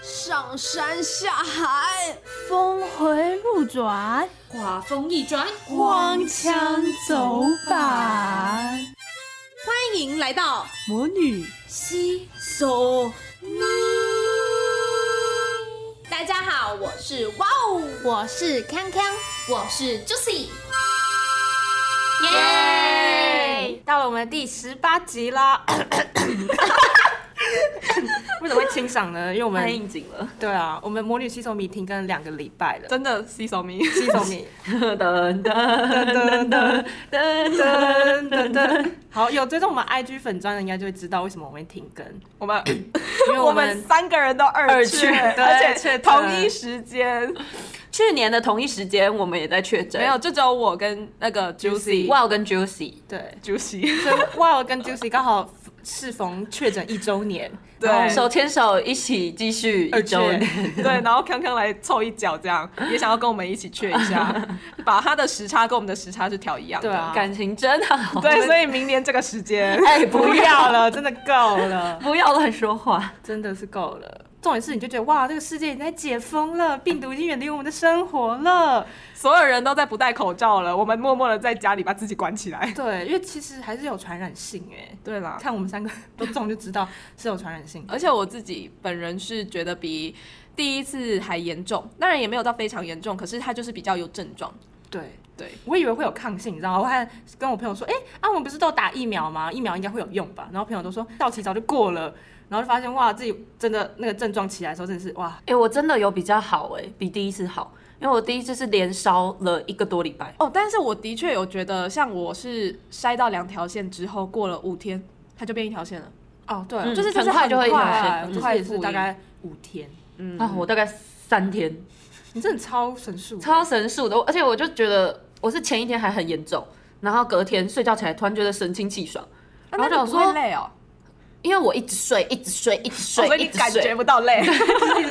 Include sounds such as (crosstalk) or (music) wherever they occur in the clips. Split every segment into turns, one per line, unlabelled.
上山下海，
峰回路转，
画风一转，
光枪走板。
欢迎来到
魔女
西。
So Me。
大家好，我是哇哦，
我是康康，
我是 Juicy。
耶！到了我们的第十八集啦。为什么会清嗓 (laughs) 呢？因为我
太
们
应景了，
哎对啊，我们魔女西手米停更两个礼拜了。
真的洗手咪。
西手米， (laughs)
噔噔噔
噔噔
噔
噔噔噔。好，有追踪我们 IG 粉砖的应该就会知道为什么我们会停更，
我们
因为
我
(laughs) 我
们
们
三个人都二确，
二确对
而
确
且
诊
同一时间，
(laughs) 去年的同一时间，我们也在确诊，
没有，就只有我跟那个
Juicy
Juicy
哇，我跟 Juicy，
对，
(laughs) Juicy，
所以哇，我跟 Juicy 刚好适逢确诊一周年，
对
手牵手一起继续一周
二
年，
对，然后康康来凑一脚，这样也想要跟我们一起确一下，
(laughs)
把他的时差跟我们的时差是调一样的。
对
(laughs)
啊，
感情真好。
对，所以明年这个时 (laughs) 间，
哎，
不
不要
要了，真的够了。
(laughs) 不要乱说话，
真的是够了。重点是，你就觉得哇，这个世界已经在解封了，病毒已经远离我们的生活了。
所有人都在不戴口罩了，我们默默的在家里把自己关起来。
对，因为其实还是有传染性哎、
对啦，
看我们三个都中就知道是有传染性。
而且我自己本人是觉得比第一次还严重，当然也没有到非常严重，可是它就是比较有症状。
对，
对，
我以为会有抗性，你知道吗？我还跟我朋友说，哎、啊，我们不是都有打疫苗吗？疫苗应该会有用吧？然后朋友都说到期早就过了，然后就发现哇，自己真的那个症状起来的时候，真的是哇，
哎，我真的有比较好，哎，比第一次好，因为我第一次是连烧了一个多礼拜，
哦，但是我的确有觉得，像我是筛到两条线之后，过了五天它就变一条线了。
哦对，
嗯
就是
就是
很快就会有
快，
现
就
很
是
快
也是
复
大
阴
概五天，
嗯
啊，我大概三天，
你真的超神速，
超神速的，而且我就觉得我是前一天还很严重，然后隔天睡觉起来突然觉得神清气爽，
啊
然后
那
想
你不会
说，
累哦，
因为我一直睡，一直睡，一直
哦 (laughs)
睡
所，以
一
你
直
感
睡
(laughs) 觉不到累。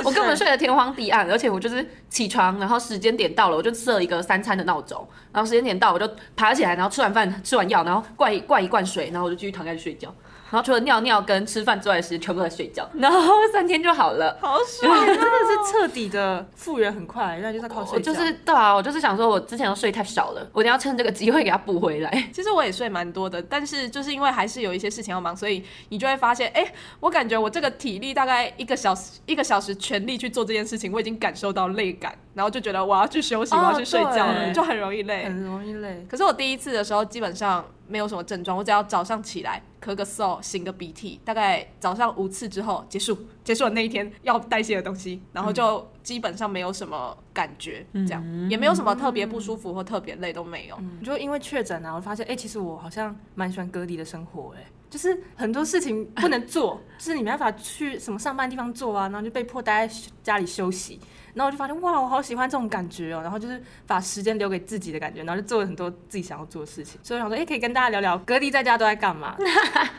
我根本睡得天荒地暗，而且我就是起床，然后时间点到了，我就设一个三餐的闹钟，然后时间点到我就爬起来，然后吃完饭吃完药，然后灌一灌一罐水，然后我就继续躺下去睡觉。然后除了尿尿跟吃饭之外的时间，全部都在睡觉，然后三天就好了。
(laughs) 好爽，
哎 (laughs) 真的是彻底的复原很快，那哦就是在靠
我
睡觉。
就是对啊，我就是想说，我之前都睡太少了，我一定要趁这个机会给它补回来。
其实我也睡蛮多的，但是就是因为还是有一些事情要忙，所以你就会发现，哎、我感觉我这个体力大概一个小时一个小时全力去做这件事情，我已经感受到累感，然后就觉得我要去休息，
哦
我要去睡觉了，
对
就很容易累。
很容易累。
可是我第一次的时候基本上没有什么症状，我只要早上起来咳个嗽、擤个鼻涕，大概早上五次之后结束， (laughs) 结束了那一天要代谢的东西，然后就基本上没有什么感觉，这样也没有什么特别不舒服或特别累都没有。
你嗯就因为确诊啊，我发现哎、诶其实我好像蛮喜欢隔离的生活哎、就是很多事情不能做， (laughs) 就是你没办法去什么上班地方做啊，然后就被迫待在家里休息。然后我就发现哇，我好喜欢这种感觉哦、然后就是把时间留给自己的感觉，然后就做了很多自己想要做的事情。所以我想说，哎、可以跟大家聊聊隔离在家都在干 (laughs) 嘛。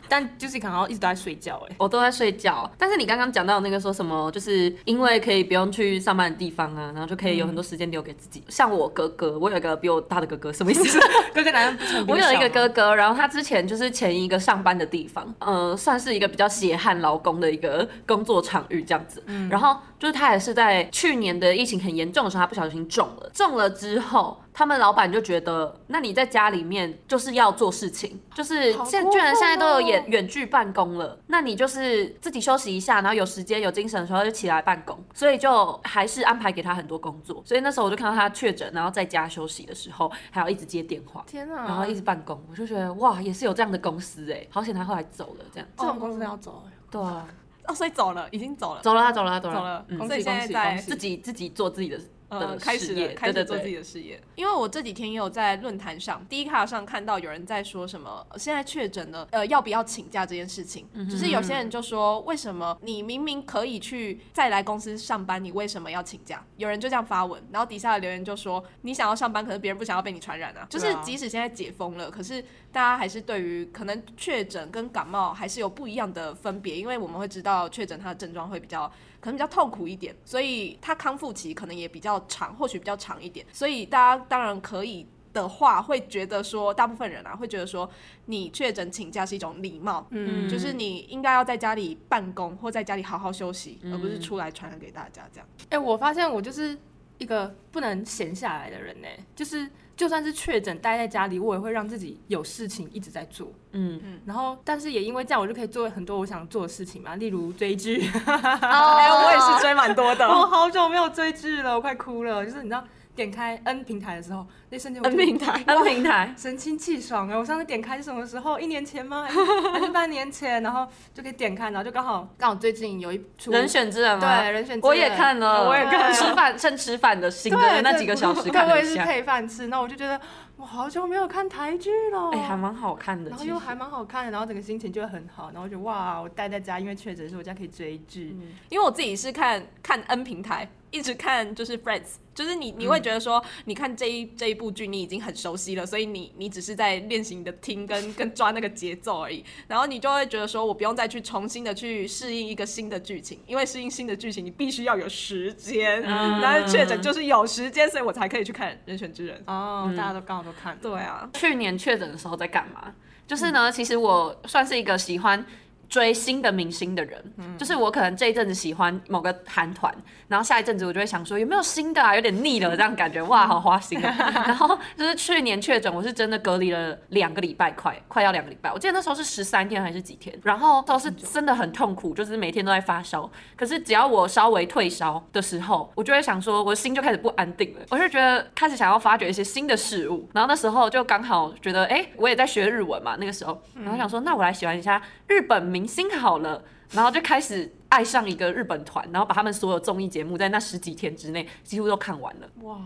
但就是可能一直都在睡觉哎、
我都在睡觉，但是你刚刚讲到那个说什么，就是因为可以不用去上班的地方啊，然后就可以有很多时间留给自己。像我哥哥，我有一个比我大的哥哥，什么意思？
哥哥男人不是很比
我
你小
有一个
吗
哥哥，然后他之前就是前一个上班的地方，呃，算是一个比较血汗劳工的一个工作场域这样子。然后就是他也是在去年的疫情很严重的时候，他不小心中了，中了之后。他们老板就觉得，那你在家里面就是要做事情，就是现居然现在都有远远距办公了，那你就是自己休息一下，然后有时间有精神的时候就起来办公，所以就还是安排给他很多工作。所以那时候我就看到他确诊，然后在家休息的时候，还要一直接电话，
天啊，
然后一直办公，我就觉得哇，也是有这样的公司哎、好险他后来走了这样。
这种公司要走、欸，
对啊，
哦，所以走了，已经走了。
走了啊走了啊走了啊，
走了，
嗯，
所以现在在
自己自己做自己的
呃
的
开
事
始
业
了，开
对对
始做自己
对。
的事业。因为我这几天也有在论坛上、d 卡上看到有人在说什么呃现在确诊了，呃，要不要请假这件事情，
嗯
就是有些人就说为什么你明明可以去再来公司上班，你为什么要请假？有人就这样发文，然后底下的留言就说你想要上班，可是别人不想要被你传染啊。就是
对啊
即使现在解封了，可是大家还是对于可能确诊跟感冒还是有不一样的分别，因为我们会知道确诊它的症状会比较可能比较痛苦一点，所以它康复期可能也比较长，或许比较长一点，所以大家当然可以。的话，会觉得说，大部分人啊会觉得说，你确诊请假是一种礼貌，嗯，就是你应该要在家里办公或在家里好好休息，而不是出来传染给大家这样。
哎、我发现我就是一个不能闲下来的人呢、就是就算是确诊待在家里，我也会让自己有事情一直在做。
嗯，
然后，但是也因为这样，我就可以做很多我想做的事情嘛，例如追剧。 (laughs)
哎
我也是追蛮多
(laughs)
的，我好久没有追剧了，我快哭了。就是你知道，点开 N 平台的时候，哎那瞬间我就
恩平台，恩平 (laughs) 台，
(laughs) 神清气爽啊！我上次点开是什么时候？一年前吗？还是还是半年前？然后就可以点开，然后就刚好刚好最近有一出
人选之人吗？
对人选之人，
我也看
哦
了，
我也
(laughs)
看了
吃饭趁吃饭的新
对
的
对
那几个小时
对
看
(laughs) 我
了
也
一
是
下，哎
配饭吃。那我就觉得我好久没有看台剧了，
哎，还蛮好看的，
然后
其实
又还蛮好看的，然后整个心情就会很好，然后就哇，我待在家，因为确诊，所以我家可以追剧。
嗯
因为我自己是看看 N 平台，一直看就是 Friends，就是你你会觉得说，你看这一这一部剧你已经很熟悉了，所以你你只是在练习你的听跟 (laughs) 跟抓那个节奏而已，然后你就会觉得说我不用再去重新的去适应一个新的剧情，因为适应新的剧情你必须要有时间，但是确诊就是有时间，所以我才可以去看《人选之人》。
哦，
嗯
大家都刚好都看了。
对啊，
去年确诊的时候在干嘛？就是呢，其实我算是一个喜欢追新的明星的人，就是我可能这一阵子喜欢某个韩团，然后下一阵子我就会想说有没有新的啊，有点腻了这样感觉，哇，好花心啊。然后就是去年确诊，我是真的隔离了两个礼拜快，快要两个礼拜，我记得那时候是十三天还是几天，然后都是真的很痛苦，就是每天都在发烧。可是只要我稍微退烧的时候，我就会想说，我的心就开始不安定了，我就觉得开始想要发掘一些新的事物。然后那时候就刚好觉得，哎、我也在学日文嘛，那个时候，然后想说，那我来喜欢一下哎日本明星好了。然后就开始爱上一个日本团，然后把他们所有综艺节目在那十几天之内几乎都看完了，
哇，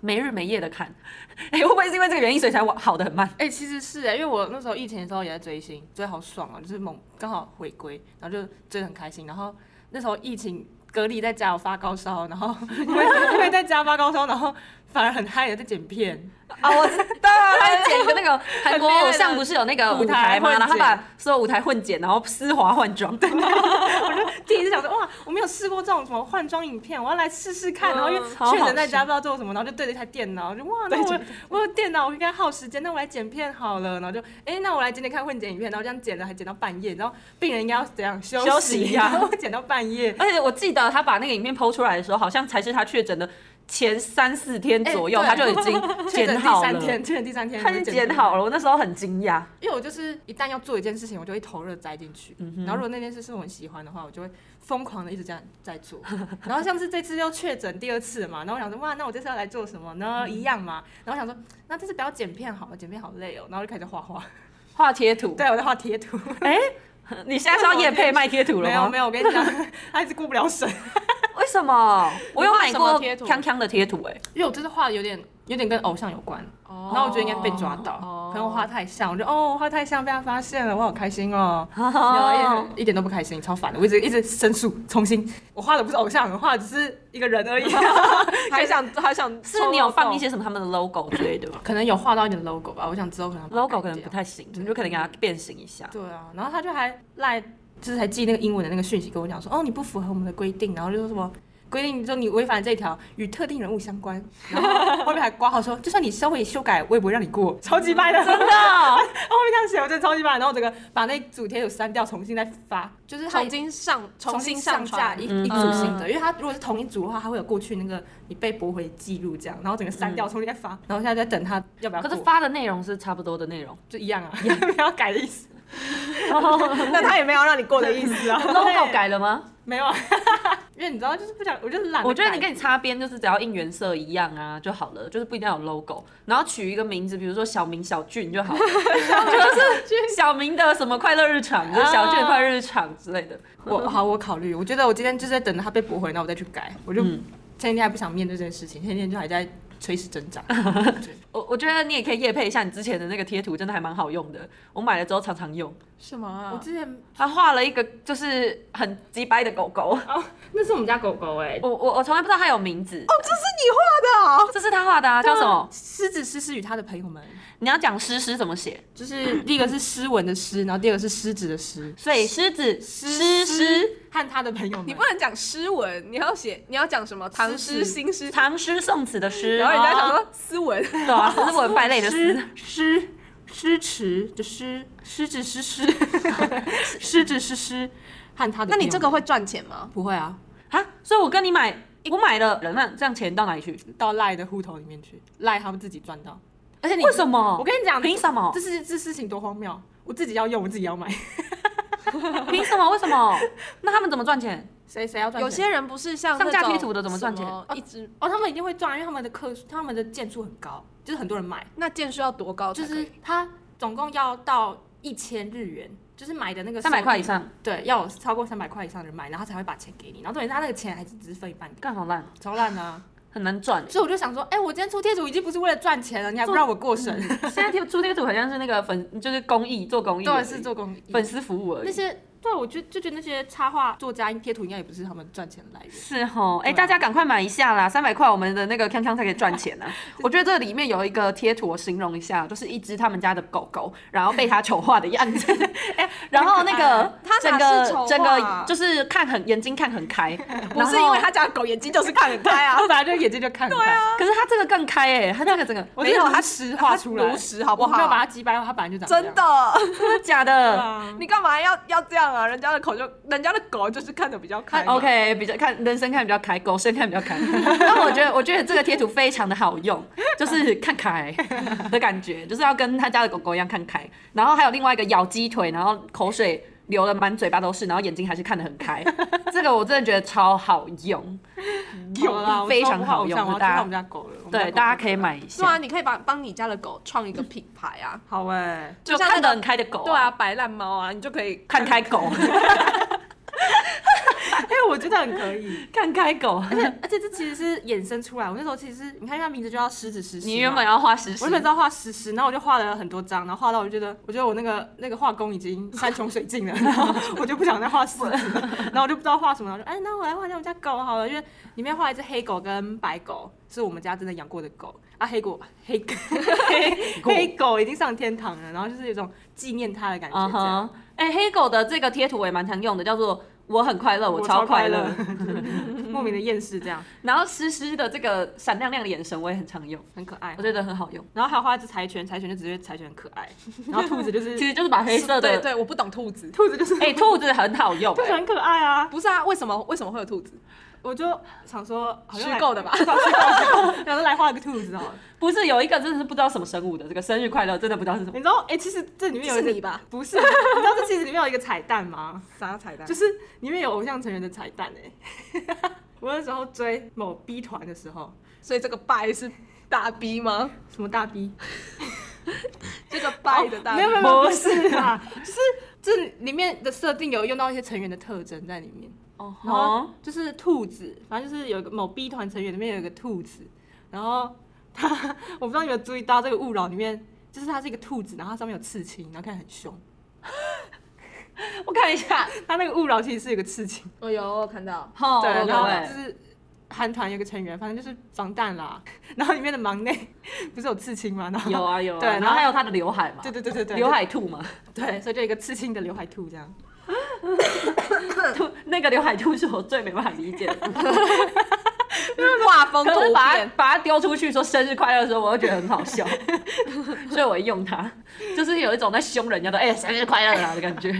没日没夜的看。 (laughs) 哎、会不会是因为这个原因，所以才往好的很慢？
哎、其实是哎、因为我那时候疫情的时候也在追星，追好爽啊，就是猛刚好回归，然后就追得很开心。然后那时候疫情隔离在家，我发高烧，然后因为 (laughs) 因为在家发高烧，然后反而很嗨的在剪片，
啊，我知道，
(laughs)
他剪一个那个韩国偶像不是有那个舞台吗？
很厉害的
然后他把所有舞台混剪，然后丝滑换
(laughs)
装。
第一次想说哇，我没有试过这种什么换装影片，我要来试试看。然后因为
嗯超好
确诊在家不知道做什么，然后就对着一台电脑，我就哇，那我我有电脑，我应该耗时间，那我来剪片好了。然后就哎、那我来剪剪看混剪影片，然后这样剪了还剪到半夜，然后病人应该要怎样休
休息
息
一下
呀？然后剪到半夜。
而且我记得他把那个影片剖出来的时候，好像才是他确诊的前三四天 (laughs) 左右，
哎
他
对
就已经
(laughs) 确
剪
诊第
好
三
了。
天，确诊第三天
他已经剪好
了，
了，我那时候很惊讶。
因为我就是一旦要做一件事情，我就一头热栽进去。然后如果那件事是我很喜欢的话，我就会疯狂的一直这样在做。然后像是这次又确诊第二次嘛，然后我想说哇，那我这次要来做什么呢？一样嘛。然后我想说，那这次不要剪片好了，剪片好累哦。然后就开始画画，
画贴图，
对我在画贴图。
你现在是要夜配卖贴图了
(laughs) 没
吗？
(laughs) 有没有，我跟你讲，他一直顾不了神，
为什么？我有买
你画什
过
么贴图
康康的贴图、
(laughs)
哎，
因为我这次画的有点有点跟偶像有关，
哦
然后我觉得应该被抓到，可能我画太像，我就哦画太像被他发现了，我好开心
(laughs)
哦。
哦，
一点都不开心，超烦的。我一直一直申诉，重新，我画的不是偶像，我画的只是一
(laughs)
个人而已。
还想还想
是你有放一些什么他们的 logo 之类的吗
可能有画到一点 logo 吧，我想之后可能把它
？logo 可
改
能
掉
不太行，你就可能给它变形一下。
对啊。然后他就还赖，就是还寄那个英文的那个讯息跟我讲说，哦，你不符合我们的规定，然后就说什么。规定说你违反这条与特定人物相关，然后后面还挂号说，就算你稍微修改，我也不会让你过，超
嗯
级白的，真的。后面 (laughs) 这样写，我真的超级白。然后我整个把那组贴有删掉，重新再发，就是他
重新上重
重
新
新上
上
架
传
一一组新的，因为它如果是同一组的话，它会有过去那个你被驳回记录这样，然后整个删掉，重新再发，然后现在在等它要不要
可
过，
是发的内容是差不多的内容
就一样啊， (laughs) 没有要改的意思。
(laughs)
那他也没有让你过的意思啊。
哦，logo 改了吗？
没有啊， (laughs) 因为你知道就是不想，我就懒。
我觉得你跟你擦边就是只要印原色一样啊就好了，就是不一定要有 logo，然后取一个名字，比如说小明、小俊就好 (laughs) 了，就是小明的什么快乐日常，就是小俊的快乐日常之类的。
(laughs) 我好，我考虑，我觉得我今天就是在等它被驳回，那我再去改，我就
嗯
前几天还不想面对这件事情，前几天就还在垂
(laughs)
死挣扎。
我我觉得你也可以夜配一下你之前的那个贴图，真的还蛮好用的，我买了之后常常用。
(laughs) 什么啊
我之前
他画了一个就是很鸡掰的狗狗，
那是我们家狗狗哎，
我我我从来不知道它有名字，
哦
这是他画的啊，叫什么？
狮子诗诗与它的朋友们，
你要讲诗诗怎么写？
就是第一个是诗文的诗，然后第二个是狮子的狮。
所以狮子诗
狮
师
和他的朋友们，
你不能讲诗文，你要写，你要讲什么唐诗、
诗
新诗，
唐诗宋词的诗，
然后人家想
哦
说斯文，
对啊，这是文败类的诗。
诗诗诗词的诗，诗之诗诗，诗之诗诗和他的朋友们。
(laughs) 那你这个会赚钱吗？
不会啊？
啊，所以我跟你买，我买了人那这样钱到哪里去？
到赖的户头里面去，赖他们自己赚到。而且你
为什么？
我跟你讲，
哦凭什么
这？是这事情多荒谬！我自己要用，我自己要买， (laughs)
凭什么？为什 (laughs) 么？那他们怎么赚钱？
谁谁要赚钱？
有些人不是像
上架
那种
贴图的怎么赚钱
什一直
哦，他们一定会赚，因为他们的客他们的件数很高，就是很多人买，
那件数要多高才
就
哦
可以？
是他总共要到一千日元，就是买的那个
三百块以
上。
上，
对，要有超过三百块以上的人买，然后他才会把钱给你。然后等于他那个钱还是只是分一半给
干好烂，
你，超烂 (laughs) 啊！
很难赚。
所以我就想说，哎、我今天出贴图已经不是为了赚钱了，你还不让我过审？
(laughs) 现在贴出贴图好像是那个粉，就是公益做公益而
(laughs) 对，
已，
是做公益。
粉丝服务而
那
已。
些对，我就就觉得那些插画作家贴图应该也不是他们赚钱的来源。
是吼，哎、
对啊
大家赶快买一下啦！三百块，我们的那个康康才可以赚钱呢、
(laughs)
啊。我觉得这里面有一个贴图，我形容一下，就是一只他们家的狗狗，然后被他丑化的样
(laughs)
子。哎、然后那个
啊它
整
哪是
个
丑化
整个就是看很眼睛看很开，不
不是因为他家的狗眼睛就是看得开啊
他， (laughs) 本来就眼睛就看对啊，
可是他这个更开哎、他这个整
(laughs)
个
我
没
没有
有
他实画出来，
如实好不
我没有把
好？
它击败，他本来就长这样
真。的，
真的假
(laughs)
的。
啊，
你干嘛要要这样啊？人家的口就人家的狗就是看得比较开嘛。
OK，比较看人生看比较开，狗生看比较 (laughs) 开。但我觉得，我觉得这个贴图非常的好用，就是看开的感觉， (laughs) 就是要跟他家的狗狗一样看开。然后还有另外一个咬鸡腿，然后口水流的满嘴巴都是，然后眼睛还是看得很 (laughs) 开。这个我真的觉得超好用，
有啦，我
非
超
常
不
好
偶像
用
我要去
大家
看我们家狗了。我们家
对，
狗
大家
狗
可以
了。
买一
对啊，
下。
你可以帮帮你家的狗创一个品牌啊。
好哎，
就
像那
看
个
得很开的狗、
对啊，，白烂猫啊，你就可以
看开 (laughs) 狗，
哎，我觉得很可以。
看开狗。
(laughs) 而且这其实是衍生出来。我那时候其实你看它名字就叫狮子诗诗嘛，
你原本要花十
我
十
原本知道画诗诗，然后我就画了很多张，然后画到我觉得，我觉得我那个那个画工已经山穷水尽了，然后我就不想再画
(laughs)
狮子了，然后我就不知道画什么，然后就哎，那我来画一下我们家狗好了，因为里面画一只黑狗跟白狗，是我们家真的养过的狗啊，黑狗黑
(laughs)
黑黑狗已经上天堂了，然后就是有一种纪念它的感觉
啊
这样。
哈，哎、黑狗的这个贴图我也蛮常用的，叫做“我很快乐，我
我
超
超
快
快
乐
乐”， (laughs) 莫名的厌世这样，
然后诗诗的这个闪亮亮的眼神我也很常用，
很可爱
我。觉得很好用。
然后还有画一只柴犬，柴犬就只是柴犬很可
(laughs)
爱，然后兔子就是
其实就是把黑色
对
的，
对，我不懂兔子，
兔子就是
(laughs) 哎、兔子很好用、
兔子
哎
很可爱啊，
不是啊？为什么为什么会有兔子？
我就想说好像来
虚构
(laughs)
的 (laughs) 吧
虚构虚构虚构然后来画个兔子好哦了。
不是有一个真的是不知道什么生物的，这个生日快乐真的不知道是什么
你。知道哎、其实这里面有一
是
个
你吧？
不是，你知道这其实里面有一个彩蛋吗？
啥彩蛋
就
就是
是里面有偶像成员的彩蛋哎、 (laughs) 我那时候追某 B 团的时候，
所以这个拜是大 B 吗？
什么大 B，
这个拜的大 B，
没有没有没有不是啊，就是这里面的设定有用到一些成员的特征在里面。
哦
然后
吼，
就是兔子，反正就是有一个某 B 团成员里面有一个兔子，然后他 (laughs) 我不知道你有没有注意到这个勿扰里面，就是它是一个兔子，然后它上面有刺青，然后看起来很凶。
我看一下，
(laughs) 它那个勿扰其实是有个刺青，
哦有我看到，
吼，
对，然
各
后
位
就，是韩团有个成员，反正就是防弹啦，然后里面的忙内不是有刺青吗？然后
有啊有啊，
对
然后还有他的刘海嘛，
对对对对对，
刘海兔嘛， (laughs)
对，所以就有一个刺青的刘海兔这样。
兔那个刘海兔是我最没办法理解的，
画风
可是
图
把它
片，
把它丢出去说生日快乐的时候，我又觉得很好笑，所以我会用它，就是有一种在凶人家的哎、生日快乐啦的感觉。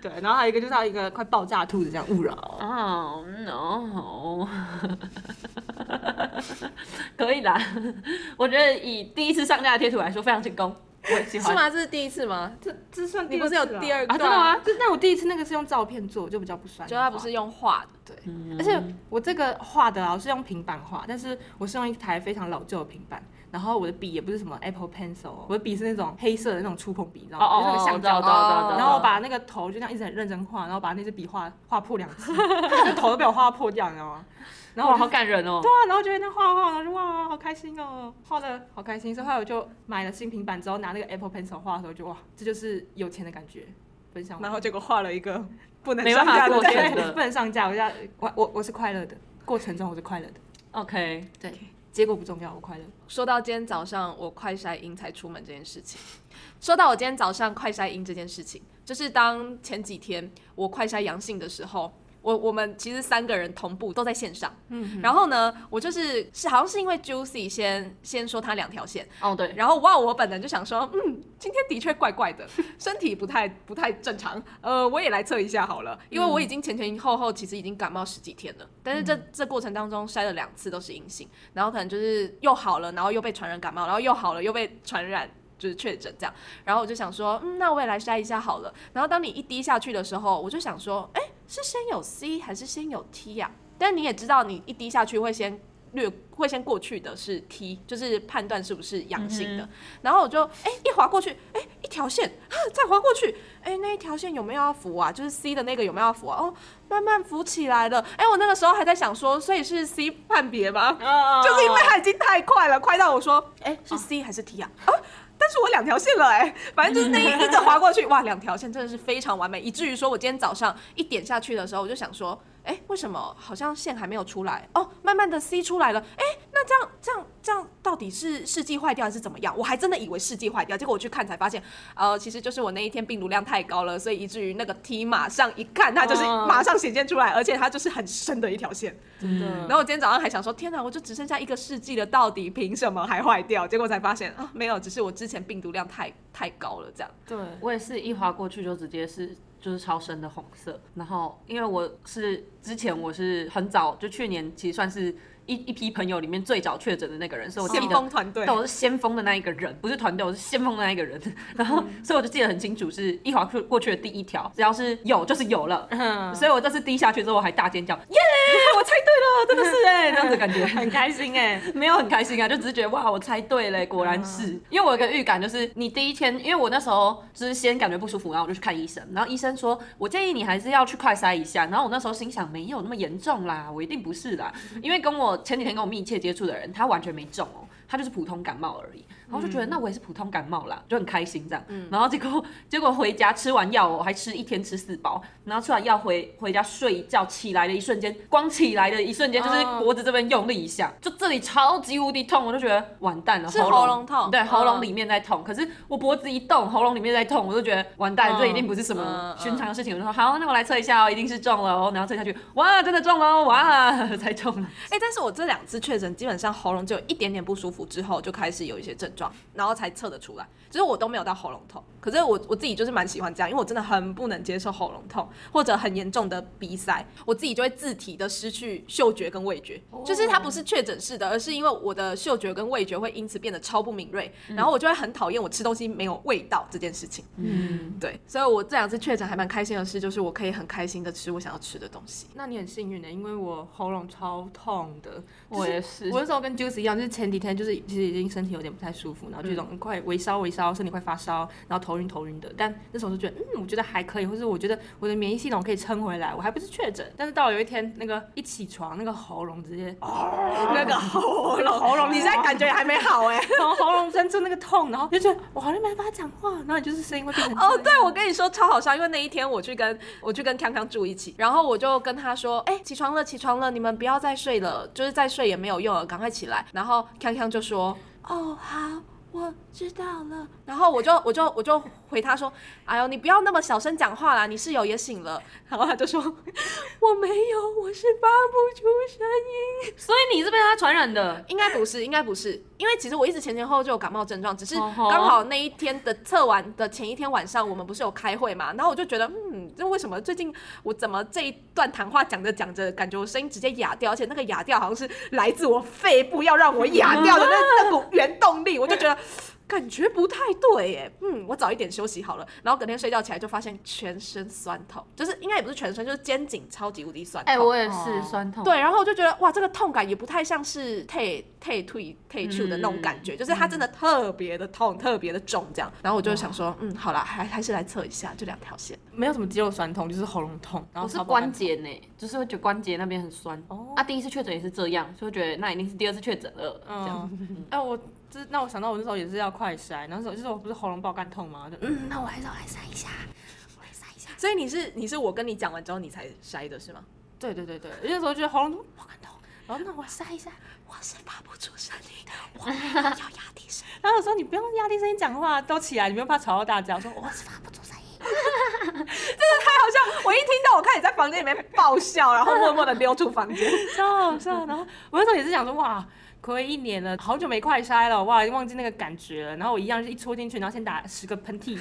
对，然后还有一个就是它有一个快爆炸的兔子这样勿扰。
哦、no，可哦 (laughs) 以啦。 (laughs) 我觉得以第一次上架的贴图来说，非常成功，我很喜
是
欢。
吗？这是第一次吗？
这这算
你不是有第
个？
二个
啊真的吗？
这但我第一次那个是用照片做，就比较不算。
就它不是用画的，对，
嗯
而
哦
且我这个画的啊，我是用平板画，但是我是用一台非常老旧的平板，然后我的笔也不是什么 Apple Pencil，哦我的笔是那种黑色的那种触碰笔，你知道
哦
吗？
哦哦，
就是那个
我
橡
知道，我知
胶的。
道，我知道我知道。
然后我把那个头就这样一直很认真画，然后把那支笔画画破两 (laughs) 次，那头都被我画破掉，你知道吗？然后我
哇，
就
好感人哦
对。啊，然后就在那画画，然后就哇，好开心哦，画的好开心。所以后来我就买了新平板之后，拿那个 Apple Pencil 画的时候，就哇，这就是有钱的感觉。分享完
然后结果画了一个
不能
没
上
办法
架
过
对
线的
不能上架。我要我我我是快乐的，过程中我是快乐的。
OK，
对，结果不重要，我快乐。
说到今天早上我快筛阴才出门这件事情，说到我今天早上快筛阴这件事情，就是当前几天我快筛阳性的时候。我我们其实三个人同步都在线上，嗯，然后呢，我就是是好像是因为 Juicy 先先说他两条线，
哦，对，
然后哇，我本人就想说，嗯，今天的确怪怪的， (laughs) 身体不太不太正常，呃，我也来测一下好了，因为我已经前前后后其实已经感冒十几天了，但是这这过程当中筛了两次都是阴性，然后可能就是又好了，然后又被传染感冒，然后又好了又被传染。就是确诊这样，然后我就想说，嗯，那我也来筛一下好了。然后当你一滴下去的时候，我就想说，哎，是先有 C 还是先有 T 呀、但你也知道，你一滴下去会先略会先过去的是 T，就是判断是不是阳性的。然后我就哎、一划过去，哎、一条线，啊再划过去，哎、那一条线有没有要浮啊？就是 C 的那个有没有要浮啊？哦，慢慢浮起来了。哎、我那个时候还在想说，所以是 C 判别吗？
哦
就是因为它已经太快了，快到我说，哎、是 C 还是 T 啊？啊但是我两条线了哎、反正就是那一一整划过去，哇，两条线真的是非常完美，以至于说我今天早上一点下去的时候，我就想说，哎、为什么好像线还没有出来？哦，慢慢的 C 出来了，哎、那这样这样这样到底是试剂坏掉还是怎么样？我还真的以为试剂坏掉，结果我去看才发现，呃，其实就是我那一天病毒量太高了，所以以至于那个 T 马上一看，它就是
哦
马上显现出来，而且它就是很深的一条线。
真的。
嗯
然后我今天早上还想说，天哪，我就只剩下一个世纪了，到底凭什么还坏掉？结果才发现啊，没有，只是我之前病毒量太太高了，这样。
对，
我也是一划过去就直接是就是超深的红色，然后因为我是之前我是很早就去年其实算是一一批朋友里面最早确诊的那个人，所以我记
先
得
锋团队
但，我是先锋的那一个人，不是团队，我是先锋的那一个人。 (laughs) 然后，所以我就记得很清楚，是一划过过去的第一条，只要是有就是有了。所以我这次滴下去之后，我还大尖叫，耶！我猜对了，真的是
欸
哎、这样子感觉
(laughs) 很开心哎、
没有很开心啊，就只是觉得哇，我猜对嘞，果然是。因为我有个预感，就是你第一天，因为我那时候就是先感觉不舒服，然后我就去看医生，然后医生说，我建议你还是要去快筛一下。然后我那时候心想，没有那么严重啦，我一定不是啦，因为跟我前几天跟我密切接触的人，他完全没中哦。他就是普通感冒而已，然后就
嗯
觉得那我也是普通感冒啦，就很开心这样。然后结果结果回家吃完药哦，我还吃一天吃四包，然后吃完药回回家睡一觉，起来的一瞬间，光起来的一瞬间就是
嗯
脖子这边用力一下，就这里超级无敌痛，我就觉得完蛋了，
是喉咙痛
对，
嗯
喉咙里面在痛，可是我脖子一动，喉咙里面在痛，我就觉得完蛋，
嗯
这一定不是什么
嗯嗯
寻常的事情。我就说好，那我来测一下哦，一定是中了哦，然后测下去，哇，真的中了哦，哇， (laughs) 才中了。
哎、但是我这两次确诊，基本上喉咙只有一点点不舒服，之后就开始有一些症状，然后才测得出来。只是我都没有到喉咙痛，可是我我自己就是蛮喜欢这样，因为我真的很不能接受喉咙痛或者很严重的鼻塞，我自己就会自体的失去嗅觉跟味觉，就是它不是确诊式的，而是因为我的嗅觉跟味觉会因此变得超不敏锐，然后我就会很讨厌我吃东西没有味道这件事情。
嗯，
对，所以我这两次确诊还蛮开心的事，就是我可以很开心的吃我想要吃的东西。
那你很幸运的、欸因为我喉咙超痛的，
我也是，
我那时候跟 Juice 一样，就是前几天就是其实已经身体有点不太舒服，然后就有种快微烧微烧，身体快发烧，然后头晕头晕的。但那时候就觉得，嗯，我觉得还可以，或是我觉得我的免疫系统可以撑回来，我还不是确诊。但是到了有一天，那个一起床，那个喉咙直接
那个哦喉咙，
喉咙
你现在感觉还没好哎、
从喉咙伸出那个痛，然后就觉得我好像没办法讲话，然后你就是声音会变成
哦，
这样
对，我跟你说超好笑，因为那一天我去跟我去跟康康住一起，然后我就跟他说，哎、起床了，起床了，你们不要再睡了，就是再睡也没有用了，赶快起来。然后康康就说，哦，好。我知道了，然后我就 (laughs) 我就我就回他说：“哎呦，你不要那么小声讲话啦，你室友也醒了。”然后他就说：“哎我没有， (laughs) 我是发不出声音。”
所以你是被他传染的。
应该不是，应该不是，因为其实我一直前前后后就有感冒症状，只是
哦吼
刚好那一天的测完的前一天晚上，我们不是有开会嘛，然后我就觉得，嗯，这为什么最近我怎么这一段谈话讲着讲着，感觉我声音直接哑掉，而且那个哑掉好像是来自我肺部要让我哑
(laughs)
掉的那那股原动力，我就觉得。感觉不太对耶，嗯，我早一点休息好了，然后隔天睡觉起来就发现全身酸痛，就是应该也不是全身，就是肩颈超级无敌酸痛。
哎也
哦
是酸痛，
对，然后我就觉得哇，这个痛感也不太像是退退退退去的那种感觉，就是它真的特别的痛，特别的重这样。然后我就想说，嗯，好啦，还还是来测一下，就两条线。
没有什么肌肉酸痛，就是喉咙痛，然
我
后
是
超爆
关
干
节呢，就是会觉得关节那边很酸。
哦
啊，第一次确诊也是这样，所以我觉得那一定是第二次确诊了。这样，
(laughs) 嗯，哎、我这让我想到我那时候也是要快筛，那时候就是我不是喉咙爆干痛嘛，就嗯，那我还是要来筛一下。
所以你是你是我跟你讲完之后你才筛的是吗？
对对对对，有些时候觉得喉咙痛爆干痛，然后那我塞一下，我是发不出声音的，我要压低声。 (laughs) 然后我说你不用压低声音讲话，都起来，你不用怕吵到大家。我说我是发不出声音。
(laughs) 我一听到我看你在房间里面爆笑， (laughs) 然后默默的溜出房间。
超好笑。然后我那时候也是想说，哇，暌违一年了，好久没快筛了，哇，忘记那个感觉了。然后我一样是一戳进去，然后先打十个喷嚏。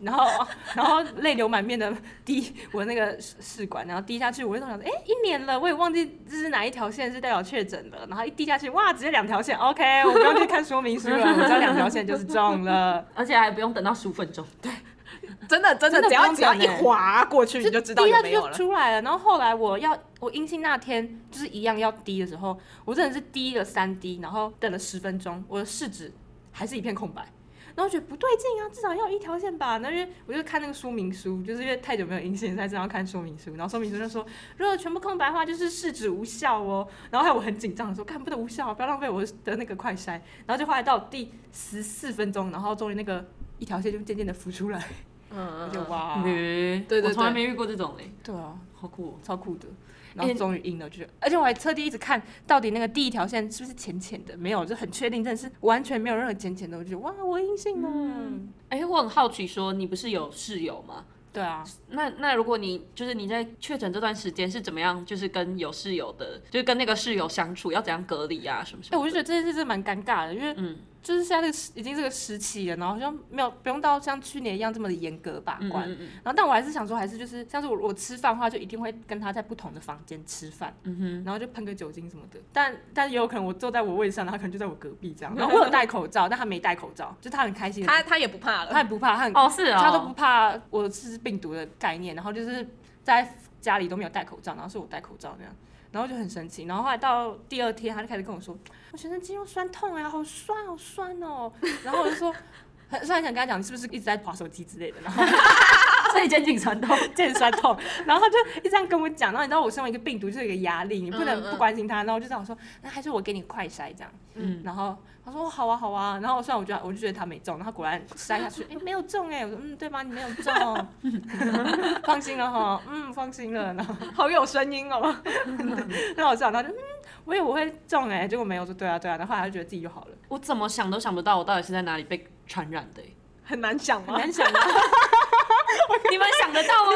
然后，然后泪流满面的滴我那个试试管，然后滴下去，我就想说，哎，一年了，我也忘记这是哪一条线是代表确诊了。然后一滴下去，哇，直接两条线，OK，我哦不用去看说明书了，我知道两条线就是中 (laughs) 了。
而且还不用等到十五分钟。
(laughs) 真的真的，
真的
只要
不用
只要
讲
一
欸
划过去，你就知道
滴下
有
去
没有
就
了。
出来了。然后后来我要我阴性那天就是一样要滴的时候，我真的是滴了三滴，然后等了十分钟，我的试纸还是一片空白。然后我觉得不对劲啊，至少要有一条线吧。那因为我就看那个说明书，就是因为太久没有阴性，才知道看说明书。然后说明书就说，如果全部空白的话，就是试纸无效哦。然后还有我很紧张的说，看不能无效啊，不要浪费我的那个快筛。然后就后来到第十四分钟，然后终于那个一条线就渐渐的浮出来，
嗯
我就哇，
对
对对
我从来没遇过这种嘞，
对啊，
好酷、哦
超酷的。然后终于赢了，就是，而且我还特地一直看到底那个第一条线是不是浅浅的，没有，就很确定，真的是完全没有任何浅浅的，我就觉得哇，我阴性啊了。
哦！哎、我很好奇说你不是有室友吗？
对啊，
那那如果你就是你在确诊这段时间是怎么样，就是跟有室友的，就是跟那个室友相处，要怎样隔离啊，什么什
哎，
么？
我就觉得这件事真的蛮尴尬的，因为
嗯
就是现在这个时已经是个时期了，然后好像没有不用到像去年一样这么的严格把
嗯
关。
嗯嗯
然后，但我还是想说，还是就是像是我我吃饭的话，就一定会跟他在不同的房间吃饭，
嗯哼，
然后就喷个酒精什么的。但但也有可能我坐在我位上，然后他可能就在我隔壁这样。然后我有戴口罩，但他没戴口罩，就他很开心，
他他也不怕了
他。也不怕，他很
哦是啊、哦，
他都不怕我是病毒的概念，然后就是在家里都没有戴口罩，然后是我戴口罩那样，然后就很神奇。然后后来到第二天，他就开始跟我说，我全身肌肉酸痛啊呀、好酸好酸哦。然后我就说，很虽然想跟他讲你是不是一直在划手机之类的，然后
啊所以肩颈传痛，
(laughs)
健酸痛，然后他就一直这样跟我讲，然后你知道我身为一个病毒就是有一个压力，你不能
嗯嗯
不关心他，然后我就这样说，那还是我给你快筛这样，
嗯
然后他说哦好啊好啊，然后虽然我觉得我就觉得他没中，然后果然筛下去，
(laughs)
哎、没有中哎、我说嗯对吧你没有中，放心了哈，嗯放心了，然后好有声音哦，然后我想他就嗯我以为我会中哎、结果没有，我说对啊对啊，然后后来他就觉得自己就好了，
(laughs)
我怎么想都想不到我到底是在哪里被传染的、欸
(laughs) 很难想
很
吗？
难想啊，
(laughs) 你们想得到 (laughs) 吗？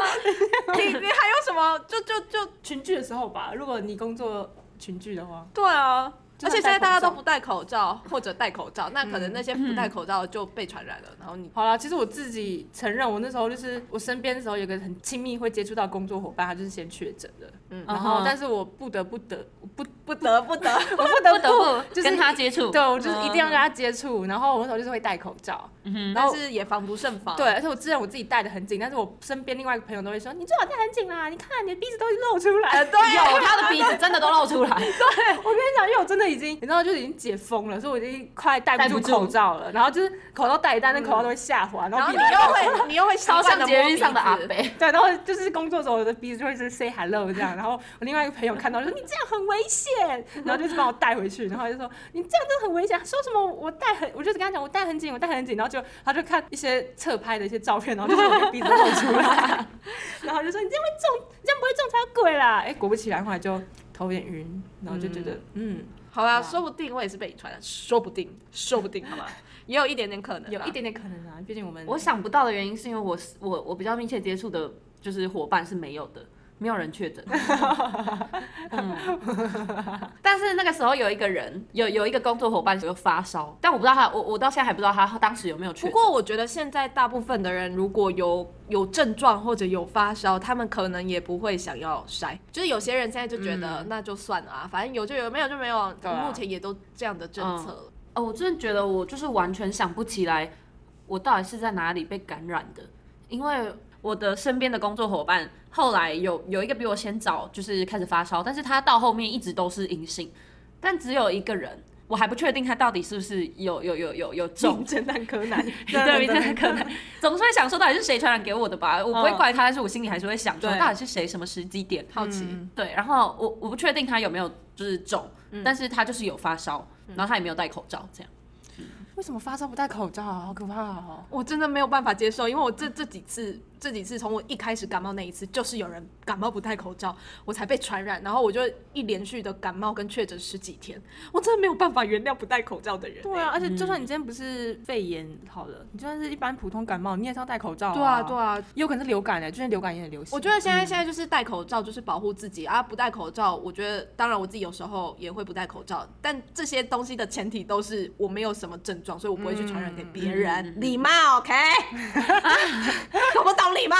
你你还有什么？哦就就就
群聚的时候吧，如果你工作群聚的话，
对啊。
就
而
算
且现在
戴口罩
大家都不戴口罩，嗯或者戴口罩，那可能那些不戴口罩就被传染了。然后你
好啦，其实我自己承认，我那时候就是我身边的时候有个很亲密会接触到工作伙伴，他就是先确诊的，嗯，然
嗯
后
哼
但是我不得不得我不
不得不得，
我不得
不得
就
不
是
跟他接触，
对我就是一定要跟他接触，然后我那时候就是会戴口罩，
嗯
然
但
后
哦
是也防不胜防。
对，，而且我之前我自己戴的很紧，但是我身边另外一个朋友都会说，你最好戴很紧啊啦，你看你的鼻子都露出来，对，
有他的鼻子真的都露出来，
(laughs) 我跟你讲，因为我真的已经，你知道，就已经解封了，所以我已经快戴
戴
不
不
住
住
口罩了，然后就是口罩戴一戴，那口罩都会下滑，然
然
后
后
鼻
你
子
又会你 (laughs) 又会
(laughs)
习
超
惯
像
地
节
摸
日上的
鼻
阿 (laughs)
子啊
北，
对，然后就是工作的时候，我的鼻子就会是 say hello 这样，然后我另外一个朋友看到说你这样很危 (laughs) 险，然后就是把我带回去，然后他就说你这样真的很危险，说什么我戴很，我就是跟他讲我戴很紧，我戴很紧，然后就他就看一些侧拍的一些照片，然后就是我的鼻子露出 (laughs) 来，然后就说你这样会中，你这样不会中才鬼啦，哎，果不其然，后来就头有点晕，然后就觉得嗯
好啊啦，说不定我也是被你传染，说不定，说不定，好吗？ (laughs) 也有一点点可能，
有一。点点可能啊，毕竟我们
我想不到的原因是因为我是我我比较密切接触的，就是伙伴是没有的，没有人 (laughs) 确诊。嗯，但是那个时候有一个人有有一个工作伙伴有发烧，但我不知道他我我到现在还不知道他当时有没有确
不
诊。
过我觉得现在大部分的人如果有有症状或者有发烧，他们可能也不会想要筛。就是有些人现在就觉得、那就算了啊，反正有就有，没有就没有。
对啊
目前也都这样的政策了。
哦，我真的觉得我就是完全想不起来我到底是在哪里被感染的，因为我的身边的工作伙伴后来有有一个比我先早就是开始发烧，但是他到后面一直都是阴性，但只有一个人。我还不确定他到底是不是有有有有有中，
侦探柯南，
(laughs) 对，名侦可能总是会想说到底是谁传染给我的吧，我不会
嗯
怪他，但是我心里还是会想说
对
到底是谁，什么时机点，
好奇，
对，然后我我不确定他有没有就是中，
嗯
但是他就是有发烧，然后他也没有戴口罩这样。
(laughs) 为什么发烧不戴口罩啊？好可怕哦！
我真的没有办法接受，因为我这这几次这几次从我一开始感冒那一次，就是有人感冒不戴口罩，我才被传染，然后我就一连续的感冒跟确诊十几天，我真的没有办法原谅不戴口罩的人、
对啊，而且就算你今天不是肺炎好了，你就算是一般普通感冒，你也是要戴口罩、
对啊，对啊，
也有可能是流感哎、最近流感也很流行。
我觉得现在现在就是戴口罩，就是保护自己啊！不戴口罩，我觉得当然我自己有时候也会不戴口罩，但这些东西的前提都是我没有什么症状，所以我不会去传染给
嗯
别人。礼貌，OK？懂不嗯啊懂礼貌？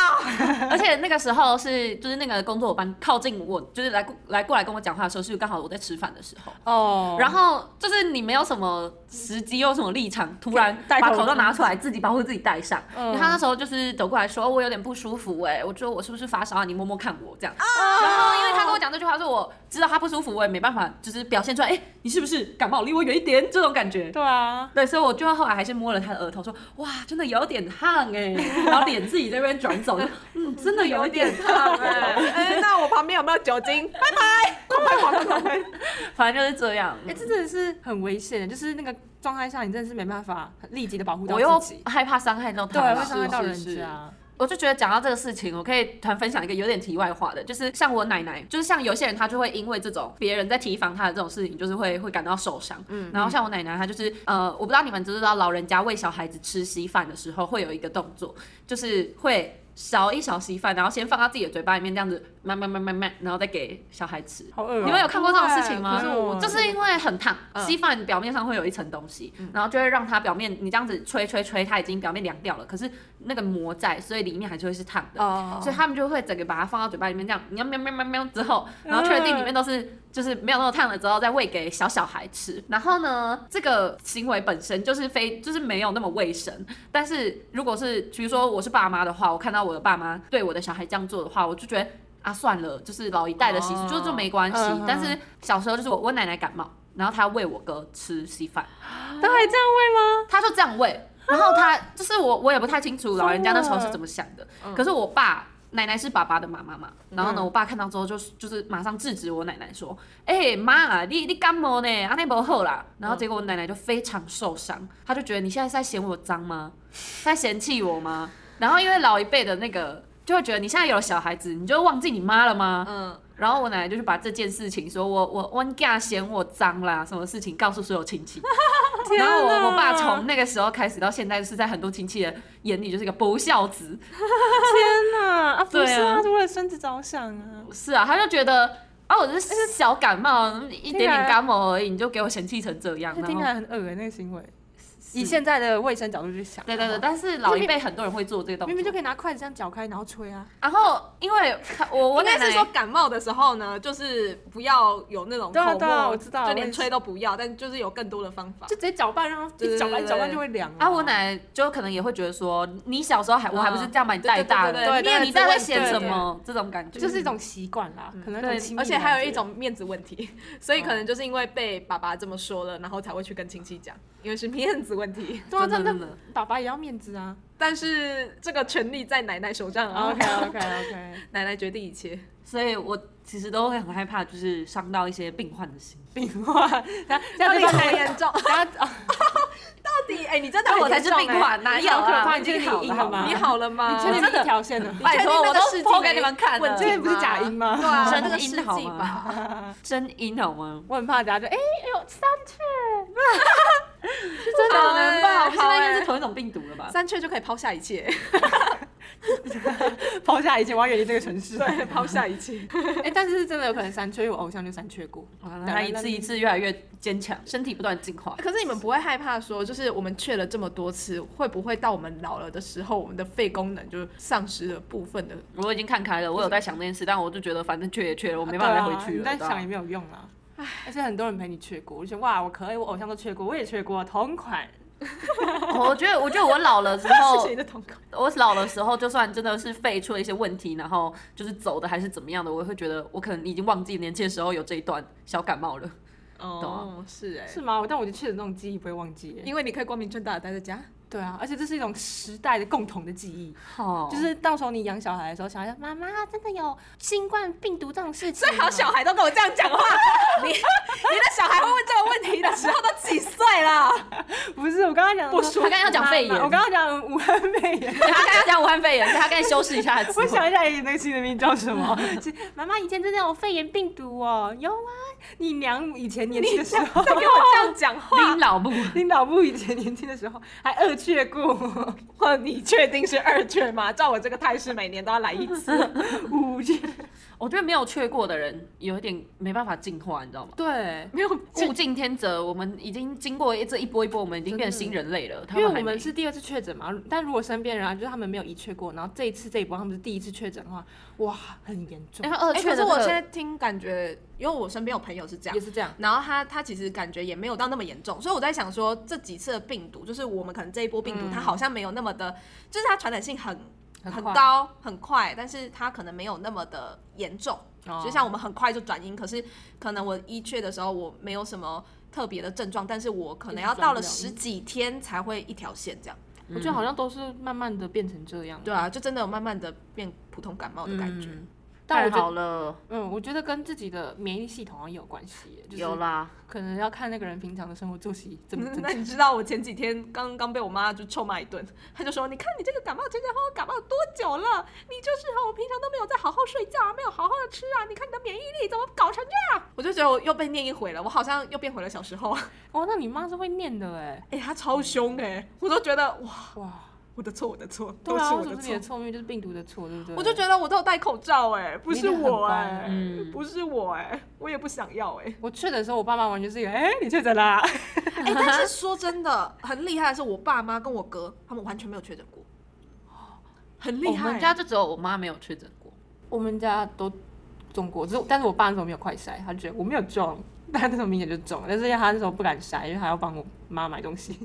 而且那个时候是就是那个工作伙伴靠近我，就是来过来过来跟我讲话的时候，是刚好我在吃饭的时候。
哦，
然后就是你没有什么时机，又有什么立场，突然
戴
把
口
口罩
罩 (laughs)
拿出来，自己保护自己戴上。
嗯
然后他那时候就是走过来说：“哦，我有点不舒服，哎，我觉得我是不是发烧啊？你摸摸看我这样。”
啊
然后因为他跟我讲这句话，说我知道他不舒服，我也没办法，就是表现出来，哎，你是不是感冒？离我远一点，这种感觉。
对啊，
对，所以我就后来还是摸了他的额头，说：“哇，真的有点烫 (laughs) 哎。”然后脸自己在那边转走，就嗯，真的有点烫哎。 (laughs)
哎、那我旁边有没有酒精？
反正就是这样。
哎、这真的是很危险的，欸就是那个状态下，你真的是没办法立即的保护到
我又
自己，
害怕伤害到他
对，
啦，
会伤害到人
是是是
家。
我就觉得讲到这个事情，我可以突然分享一个有点题外话的，就是像我奶奶，就是像有些人她就会因为这种别人在提防她的这种事情，就是会会感到受伤。嗯，然后像我奶奶，她就是呃，我不知道你们知不知道，老人家喂小孩子吃稀饭的时候会有一个动作，就是会。勺一勺稀饭，然后先放到自己的嘴巴里面，这样子慢慢慢慢慢，然后再给小孩吃。
好饿、哦！
你们有看过这种事情吗？
不会不是我
就是因为很烫，稀饭表面上会有一层东西，然后就会让它表面你这样子吹吹吹，它已经表面凉掉了，可是那个膜在，所以里面还是会是烫的。
呃
哦
所以他们就会整个把它放到嘴巴里面，这样你要喵喵喵喵之后，
嗯
然后确定里面都是就是没有那么烫了之后，再喂给小小孩吃。然后呢，这个行为本身就是非就是没有那么卫生。但是如果是比如说我是爸妈的话，我看到我的爸妈对我的小孩这样做的话，我就觉得啊算了，就是老一代的习俗，
哦
就就没关系。
嗯哼
但是小时候就是我我奶奶感冒，然后她喂我哥吃稀饭，
他还这样喂吗？
他就这样喂，然后他就是我，我也不太清楚老人家那时候是怎么想的。可是我爸奶奶是爸爸的妈妈嘛，然后呢，我爸看到之后就是就是马上制止我奶奶说：“哎、妈，你你感冒呢，阿内不好啦。”然后结果我奶奶就非常受伤，她就觉得你现在是在嫌我脏吗？在嫌弃我吗？然后因为老一辈的那个就会觉得你现在有了小孩子，你就忘记你妈了吗？
嗯，
然后我奶奶就是把这件事情说我我我家嫌我脏啦，什么事情告诉所有亲戚。
哦
然后
天哪
我我爸从那个时候开始到现在，是在很多亲戚的眼里就是一个不孝子。
天哪！啊，不
对啊
是啊，他是为了孙子着想啊。
是啊，他就觉得啊，我
哎
只是小感冒，一点
听起
点
来
感冒而已，你就给我嫌弃成这样，
那
然
听起
后
来很恶诶，欸那个行为。以现在的卫生角度去想，
对对
哦
对，，但是老一辈很多人会做这个动
明明就
作。
可以拿筷子这样搅开，然后吹啊。
然后因为他我我
应
奶
该
奶
是说感冒的时候呢，就是不要有那种
对
口
啊
沫，
对啊我知道
就
我
连
也是嗯
吹都不要，但就是有更多的方法
就。直接搅拌，让它
对
一
对
搅拌
对
搅拌就会凉了
啊，我奶奶就可能也会觉得说，你小时候还我还不是这样把你带大
嗯对
的，
对对对
你也
对
你在
对
在
对
嫌
对
什
对
么这种感觉，
就是一种习惯啦，可能那种
对
亲密
而且
感
还有
觉
一种面子问题， (laughs) 所
嗯
以可能就是因为被爸爸这么说了，然后才会去跟亲戚讲，因为是面子问题。
对啊，
真的
那
真的
那爸爸也要面子啊。
但是这个权利在奶奶手上啊
OK (laughs) OK OK，
奶奶决定一切。
所以我其实都会很害怕，就是伤到一些病患的心。
病患，那
到
那
底
这
多
边
严重？
(laughs)
到
大家啊，
底哎、你真的
但
很
我才是
严重
病
哎，
患，哪有
好可
啊？
怕
已
你这
经
个
好
你
了
赢
好
了
吗？
吗
你好了吗？
你确定
真
是一
的
条线的？
哎
拜托，
你确定那
我
个
都
试剂
剖
没
给你们看了
问，
这
题
边不是假音吗？
对啊，
真
那个
音
世
好
纪
吗
吧。
(laughs) 真音好吗？
我很怕大家就哎哎呦三雀，
这真的能吧？我
不
们
好
现
欸
在应该是同一种病毒了吧？
三雀就可以抛下一切，
抛下一切，我要远离这个城市。
对，抛下一 (laughs) 切。
哎，但是真的有可能三缺，因为我偶像就三缺过。
完了他一次一次越来越坚强，身体不断进化。
可是你们不会害怕说，就是我们去了这么多次，会不会到我们老了的时候，我们的肺功能就丧失了部分的？
我已经看开了，我有在想这件事，但我就觉得反正缺也缺了，我没办法再回去了。
对啊你
对
在
啊 (laughs)
想也没有用啊。而且很多人陪你缺过，我就觉得哇，我可以，我偶像都缺过，我也缺过，同款。
我觉得，我觉得我老了之
是
(laughs) 后，
谁的瞳孔？
我老的时候，就算真的是肺出了一些问题，然后就是走的还是怎么样的，我会觉得我可能已经忘记年轻的时候有这一段小感冒了。
哦，是哎、
是吗？但我就确实那种记忆不会忘记耶。
因为你可以光明正大的待在家。
对啊，而且这是一种时代的共同的记忆，
哦，
就是到时候你养小孩的时候，小孩说妈妈真的有新冠病毒这种事情
最
哦，
好小哎孩都 (laughs) 跟我这样讲话，你你的小孩会问这个问题的时候都几岁了？
不是，我刚刚讲
不舒服他刚刚讲肺炎
我刚刚讲武汉肺
(laughs)
炎。
对他刚刚讲武汉肺炎，所以他该修饰一下他的词
我
汇。
想一下，那个新的名叫
(laughs)
什么？是妈妈以前真的有肺炎病毒哦，有啊。你娘以前年轻的时候，
给我这样讲话， (laughs)
拎老布，
(laughs) 你老布以前年轻的时候还二确过我，
或你确定是二确吗？照我这个态势，每年都要来一次。
五确。
我觉得没有去过的人有一点没办法进化，你知道吗？
对，
没有物竞天择，我们已经经过这一波一波，我们已经变成新人类了。他
因为
还
我
没
们是第二次确诊嘛，但如果身边人啊，就是他们没有一确过，然后这一次这一波他们是第一次确诊的话，哇，很严重
哎，，他二
哎，
确的
可是
这
我
个
现在听感觉，因为我身边有朋友是这样
也。是这样。
然后他他其实感觉也没有到那么严重，所以我在想说，这几次的病毒，就是我们可能这一波病毒，它好像没有那么的，就是它传染性很
很
嗯很
快
高很快，但是它可能没有那么的严重。
哦
就像我们很快就转阴，可是可能我一确的时候我没有什么特别的症状，但是我可能要到了十几天才会一条线这样。
我觉得好像都是慢慢的变成这样。
对啊，就真的有慢慢的变普通感冒的感觉。
嗯
但
太
我觉
好
得，
了，
嗯，我觉得跟自己的免疫系统好像有关系耶，就是
有啦，
可能要看那个人平常的生活作息怎么 (laughs)
(laughs)
怎么
嗯那你知道我前几天刚刚被我妈就臭骂一顿，她就说：“你看你这个感冒前前后后感冒多久了？你就是哈，我平常都没有在好好睡觉啊，没有好好的吃啊，你看你的免疫力怎么搞成这样？”我就觉得我又被念一回了，我好像又变回了小时候。
哦，那你妈是会念的哎，
(laughs) 哎、她超凶哎、我都觉得哇，
哇，
我的错，我的错，
对
都
啊，
是我
为什
的
么是
错
你的。错？因为就是病毒的错，对不对？
我就觉得我都有戴口罩哎、不
你
是
一定很
我
乖
哎、
嗯
不是我哎、我也不想要哎、
我确诊的时候，我爸妈完全是一个，哎、你确诊啦，
哎、但是说真的，呃很厉害的是我爸妈跟我哥，他们完全没有确诊过，很
我
厉害。
们家就只有我妈没有确诊过。
(laughs) 我们家都中过，只是但是我爸那时候没有快筛，他就觉得我没有中，但他那时候明显就中了，但是他那时候不敢筛，因为他要帮我妈买东 (laughs) 西，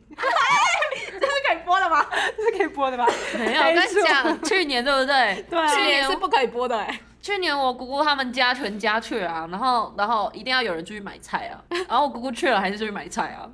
这可以播了吗？
这是可以播的吧？
(laughs) 没有，我跟你
没
讲，去年对不对？
对啊
去年
不可以播的哎、
去年我姑姑他们家全家去啊，然后然后一定要有人出去买菜啊，然后我姑姑去了还是出去买菜啊，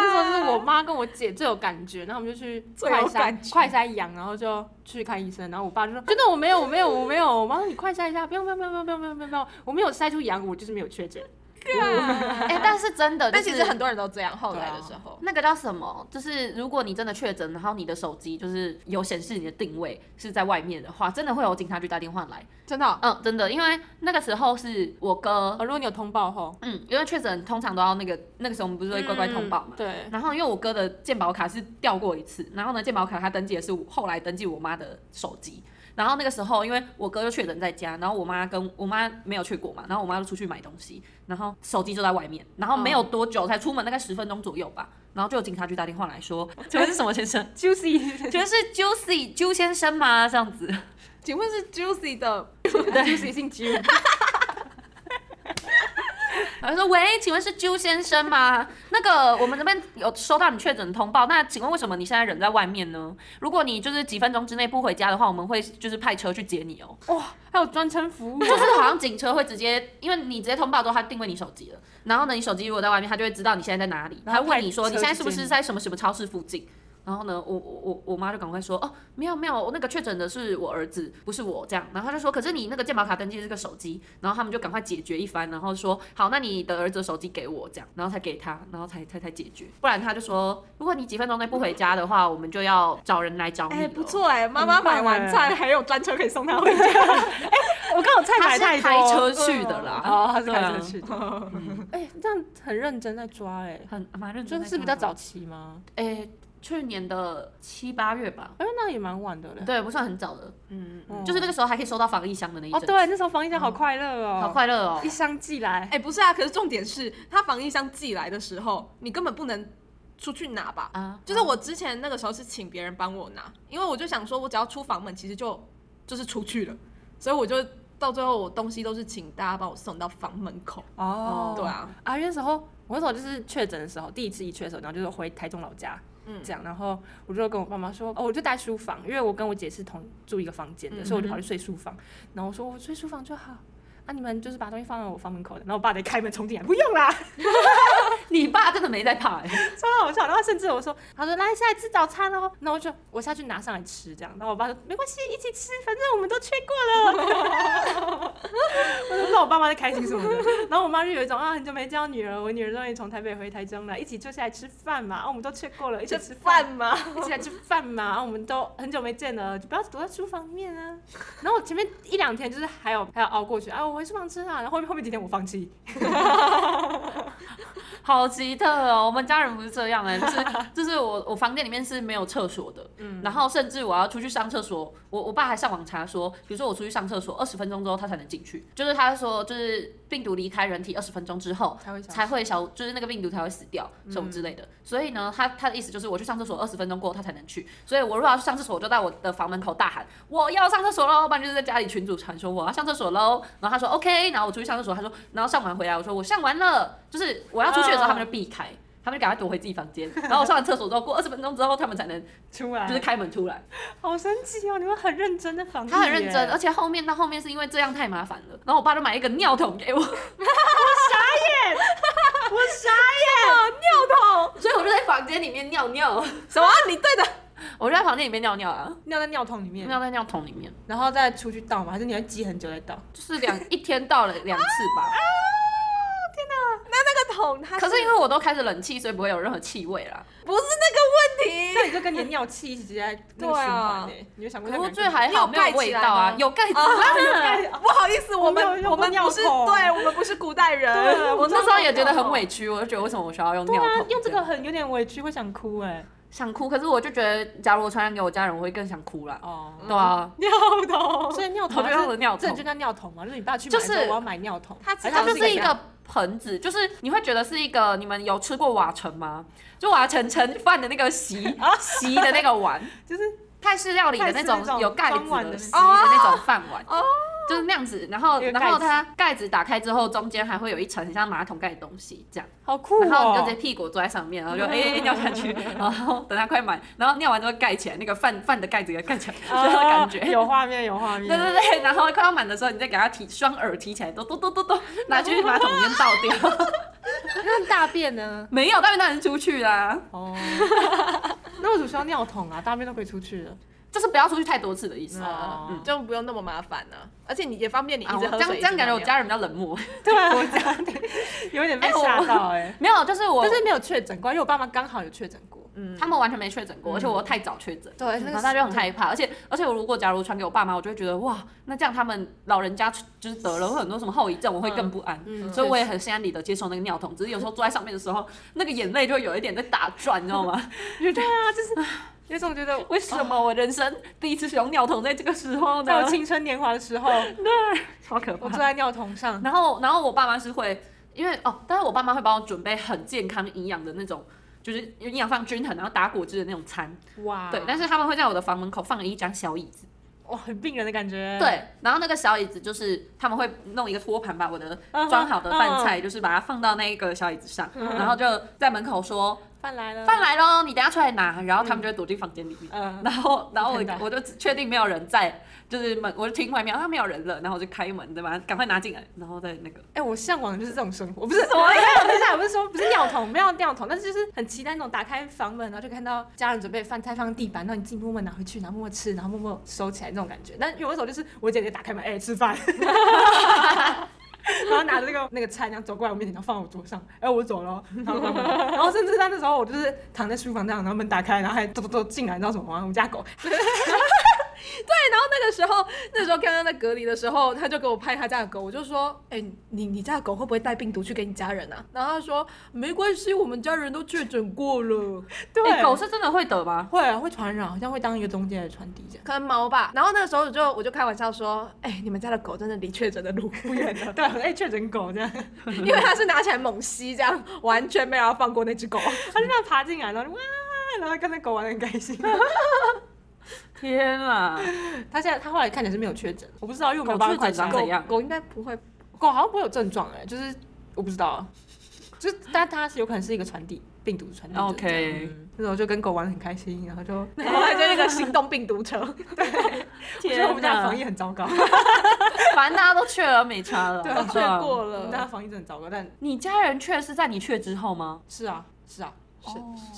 那时候就是我妈跟我姐最有感觉，然后我们就去
最
快
有感
筛快筛阳，然后就去看医生，然后我爸就说真的我没有我没有我没有，我妈说你快筛一下，不用不用不用不用不用不用不用，我没有筛出阳，我就是没有确诊。
(laughs) 哎、但是真的、就
但
是，
其实很多人都这样，后来
对
的
啊
时候，
那个叫什么？就是如果你真的确诊，然后你的手机就是有显示你的定位是在外面的话，真的会有警察局打电话来。
真的哦、
嗯，真的，因为那个时候是我哥
哦，，如果你有通报后，
嗯，因为确诊通常都要那个那个时候我们不是会乖乖通报嘛。
对，
然后因为我哥的健保卡是掉过一次，然后呢，健保卡他登记的是我后来登记我妈的手机。然后那个时候，因为我哥就确诊在家，然后我妈跟我妈没有去过嘛，然后我妈就出去买东西，然后手机就在外面，然后没有多久才出门，大概十分钟左右吧，然后就有警察局打电话来说，请问是什么先生？
就是
(laughs)
一
请问是 Juicy 朱先生吗？这样子，
请问是 Juicy 的？
就是一姓揪。
然后说喂，请问是朱先生吗？那个我们这边有收到你确诊通报，那请问为什么你现在人在外面呢？如果你就是几分钟之内不回家的话，我们会就是派车去接你哦。
哇， (laughs) 还有专程服务，
就是好像警车会直接，因为你直接通报之后，他定位你手机了。然后呢，你手机如果在外面，他就会知道你现在在哪里，
然
他
后
会问你说
派
你
车
现在是不
去接
是
你
在什么什么超市附近。然后呢，我我我我妈就赶快说，哦，没有没有，那个确诊的是我儿子，不是我这样。然后他就说，可是你那个健保卡登记是个手机，然后他们就赶快解决一番，然后说，好，那你的儿子的手机给我这样，然后才给他，然后才才才解决。不然他就说，如果你几分钟内不回家的话，我们就要找人来找你。
哎、不。错哎、妈妈买完菜还有专车可以送她回家。
我刚好菜
他
买
是
太多，
开车去的啦，
哦，他是
对
开
啊
车去的。哎，这样很认真在抓哎，
很蛮认真嗯
就
在
是比
干
较
嘛
早期吗？
诶、哎去年的七八月吧，
哎，那也蛮晚的嘞。
对，不算很早的，
嗯，
嗯
就是那个时候还可以收到防疫箱的那一
哦，
阵子，
对，那时候防疫假好快乐哦，
好快乐哦
一。箱寄来
哎、。不是啊，可是重点是，他防疫箱寄来的时候，你根本不能出去拿吧？
啊，
就是我之前那个时候是请别人帮我拿，因为我就想说，我只要出房门，其实就就是出去了，所以我就到最后我东西都是请大家帮我送到房门口。
哦
对啊，
啊，因为那时候我那时候就是确诊的时候，第一次一确诊，然后就是回台中老家，
嗯
嗯，这样，然后我就跟我爸妈说，哦，我就待书房，因为我跟我姐是同住一个房间的，所以我就跑去睡书房，然后我说我睡书房就好。啊！你们就是把东西放在我房门口的，然后我爸得开门冲进来，不用啦，
你爸真的没在怕、欸，
超好笑。然后甚至我说，他说来下来吃早餐哦，那我就我下去拿上来吃这样。然后我爸说没关系，一起吃，反正我们都去过了。 (laughs) 我就不知道我爸妈在开心什么的。然后我妈就有一种啊很久没见到女儿，我女儿终于从台北回台中了，一起坐下来吃饭嘛。啊，我们都去过了，一起吃饭，
吗？
一起来吃饭嘛。啊，我们都很久没见了，就不要躲在书房里面啊。然后我前面一两天就是还有还有熬过去，啊，我回书房吃啊。然后后面后面几天我放弃，
好奇特哦！我们家人不是这样哎、就是就是我我房间里面是没有厕所的，
嗯
然后甚至我要出去上厕所，我我爸还上网查说，比如说我出去上厕所二十分钟之后他才能进去，就是他说就是病毒离开人体二十分钟之后
才会消失嗯
才会消，就是那个病毒才会死掉什么之类的。所以呢，他他的意思就是我去上厕所二十分钟过后他才能去，所以我如果要去上厕所，我就在我的房门口大喊我要上厕所喽，不然就是在家里群主传说我要上厕所喽。然后他说 OK，然后我出去上厕所，他说然后上完回来我说我上完了，就是我要出去
啊
的时候他们就避开。他们就赶快躲回自己房间，然后我上完厕所之后，过二十分钟之后，他们才能
出来
就是开门出来。
好神奇哦！你们很认真的防疫耶，
他很认真，啊而且后面到后面是因为这样太麻烦了，然后我爸就买一个尿桶给我，我傻眼，我傻眼，尿 (laughs) 桶，所以我就在房间里面尿尿，
什么？你对的，
我就在房间里面尿尿啊，
尿在尿桶里面，
尿在尿桶里面，
然后再出去倒嘛，还是你要积很久再倒？
就是两一天到了两次
啊
(laughs) 吧。
那个桶它
可是因为我都开着冷气，所以不会有任何气味啦。
不是那个问
那
题，
你就跟你的尿气一起直接在那个
对
循环
啊
欸你就想过
不过
这
最还好没
你有盖
有味
起来
道啊
吗，
有盖子
有
啊。
盖
不好意思，我
我没有
们
用
我们
尿
不是，
桶
对我们不是古代
对
人，
啊我那时候也觉得很委屈，我就觉得为什么我需要用
对
尿
啊
桶？，
用这个很有点委屈，会想哭哎。
想哭，可是我就觉得，假如我传染给我家人，我会更想哭啦。
哦，
对啊，
尿桶，
所以尿
我
桶
就
它
用了
是
尿
这
桶
你就叫尿桶嘛，就是你爸去买
就是
说我要买尿桶，
它
还
它
它
就是一
怎样
个盆子，就是你会觉得是一个，你们有吃过瓦城吗？就瓦城盛饭的那个
(laughs)
席席的那个碗，
啊就是
泰式料理的那
泰式那
种
种
有盖子
装碗的
的
那
席的那种饭碗。就是那样子，然后
有盖子
然后它盖子打开之后，中间还会有一层很像马桶盖的东西，这样，
好酷
然后你就直接
哦。
屁股坐在上面，然后
(laughs)
就哎、尿下去，然后等它快满，然后尿完之后盖起来，那个饭饭的盖子给它盖起来， (laughs) 这样的感觉。
啊 (laughs) 有画面，有画面。
对对对，然后快要满的时候，你再给它提双耳提起来，嘟嘟嘟嘟嘟，拿去马桶里面倒掉。
那大便呢？
没有，大便当然出去啦，
哦， (laughs) 那为什么需要尿桶啊？大便都可以出去了。
就是不要出去太多次的意思。
哦
嗯，
就不用那么麻烦呢，而且你也方便你一
啊，
直
我这
喝
样
水。
这样感觉我
家
家人比较冷漠。
对啊，我家有点被
哎我
吓到哎。
(laughs) 没有，就是我，
但是没有确诊过，因为我爸妈刚好有确诊过。
嗯
他们完全没确诊过，而且我太早确诊。
对，
然后他就很害怕，而且而且我如果假如传给我爸妈，我就会觉得哇，那这样他们老人家就是得了会很多什么后遗症，我会更不安，
嗯
所以我也很心安理得接受那个尿桶，只是有时候坐在上面的时候，那个眼泪就会有一点在打转，你知道吗？
有种觉得
为什么我人生第一次使用尿桶在这个时候
在
呢
我？青春年华
(laughs)
的时候，
超可
我坐！在尿桶上，
然后，然后我爸妈是会，因为哦，但是我爸妈会帮我准备很健康营养的那种，就是营养放均衡，然后打果汁的那种餐。
哇，
对，但是他们会在我的房门口放了一张小椅子。
哇，很病人的感觉。，
对，然后那个小椅子就是他们会弄一个托盘，把我的
嗯哼嗯
装好的饭菜，就是把它放到那个小椅子上，然后就在门口说
饭来了，
饭来喽，你等一下出来拿，然后他们就会躲进房间里面。
嗯，
(laughs) 然后，
(laughs)
然后
看到
我我就确定没有人在，就是门，我就听外面啊没有人了，然后我就开门，对吧？赶快拿进来，然后再那个。
哎、我向往的就是这种生活，不是什么？ (laughs) 等一下，我不是说不是尿桶，没有尿桶，但是就是很期待那种打开房门，然后就看到家人准备饭菜放地板，然后你自己默默拿回去，然后默默吃，然后默默收起来那种感觉。但有的时候就是我姐姐打开门，哎、吃饭。 (laughs) 然后拿着那个那个菜，然后走过来我面前，然后放我桌上。哎、我走了哦， (laughs) 然后关门然后甚至在那时候，我就是躺在书房这样，然后门打开，然后还咚咚咚进来，你知道什么吗？我们家狗 (laughs)
(laughs) 那个时候，那时候刚刚在隔离的时候，他就给我拍他家的狗，我就说：“哎、你你家的狗会不会带病毒去给你家人啊？”然后他说：“没关系，我们家人都确诊过了，
对、
哎狗是真的会得吗？
会啊，会传染，好像会当一个中间的传递这样。
可能毛吧。”然后那个时候我就我就开玩笑说：“哎、你们家的狗真的离确诊的路不远 (laughs) 了，
对，哎、确诊狗这样，
因为它是拿起来猛吸，这样完全没有要放过那只狗。
它就这样爬进来，然后就哇，然后跟那狗玩的很开 (laughs) 心。
天啊！
它现在它后来看起来是没有确诊，我不知道，因为我没
狗
有帮
确
它快
诊长
筛。
怎
狗
样？
狗应该不会，
欸狗好像不会有症状哎、就是我不知道啊，就是但它是有可能是一个传递，嗯病毒传染者这样
OK，
那时候就跟狗玩得很开心，然后 (laughs) 就然后还在那个行动病毒车，对，我觉得我们家的防疫很糟糕，我
反正大家都确了，没差了，
对啊
好
确
爽
过
们家
了，
的防疫真的很糟糕，但
你家人确是在你确之后吗？
是啊，是啊，是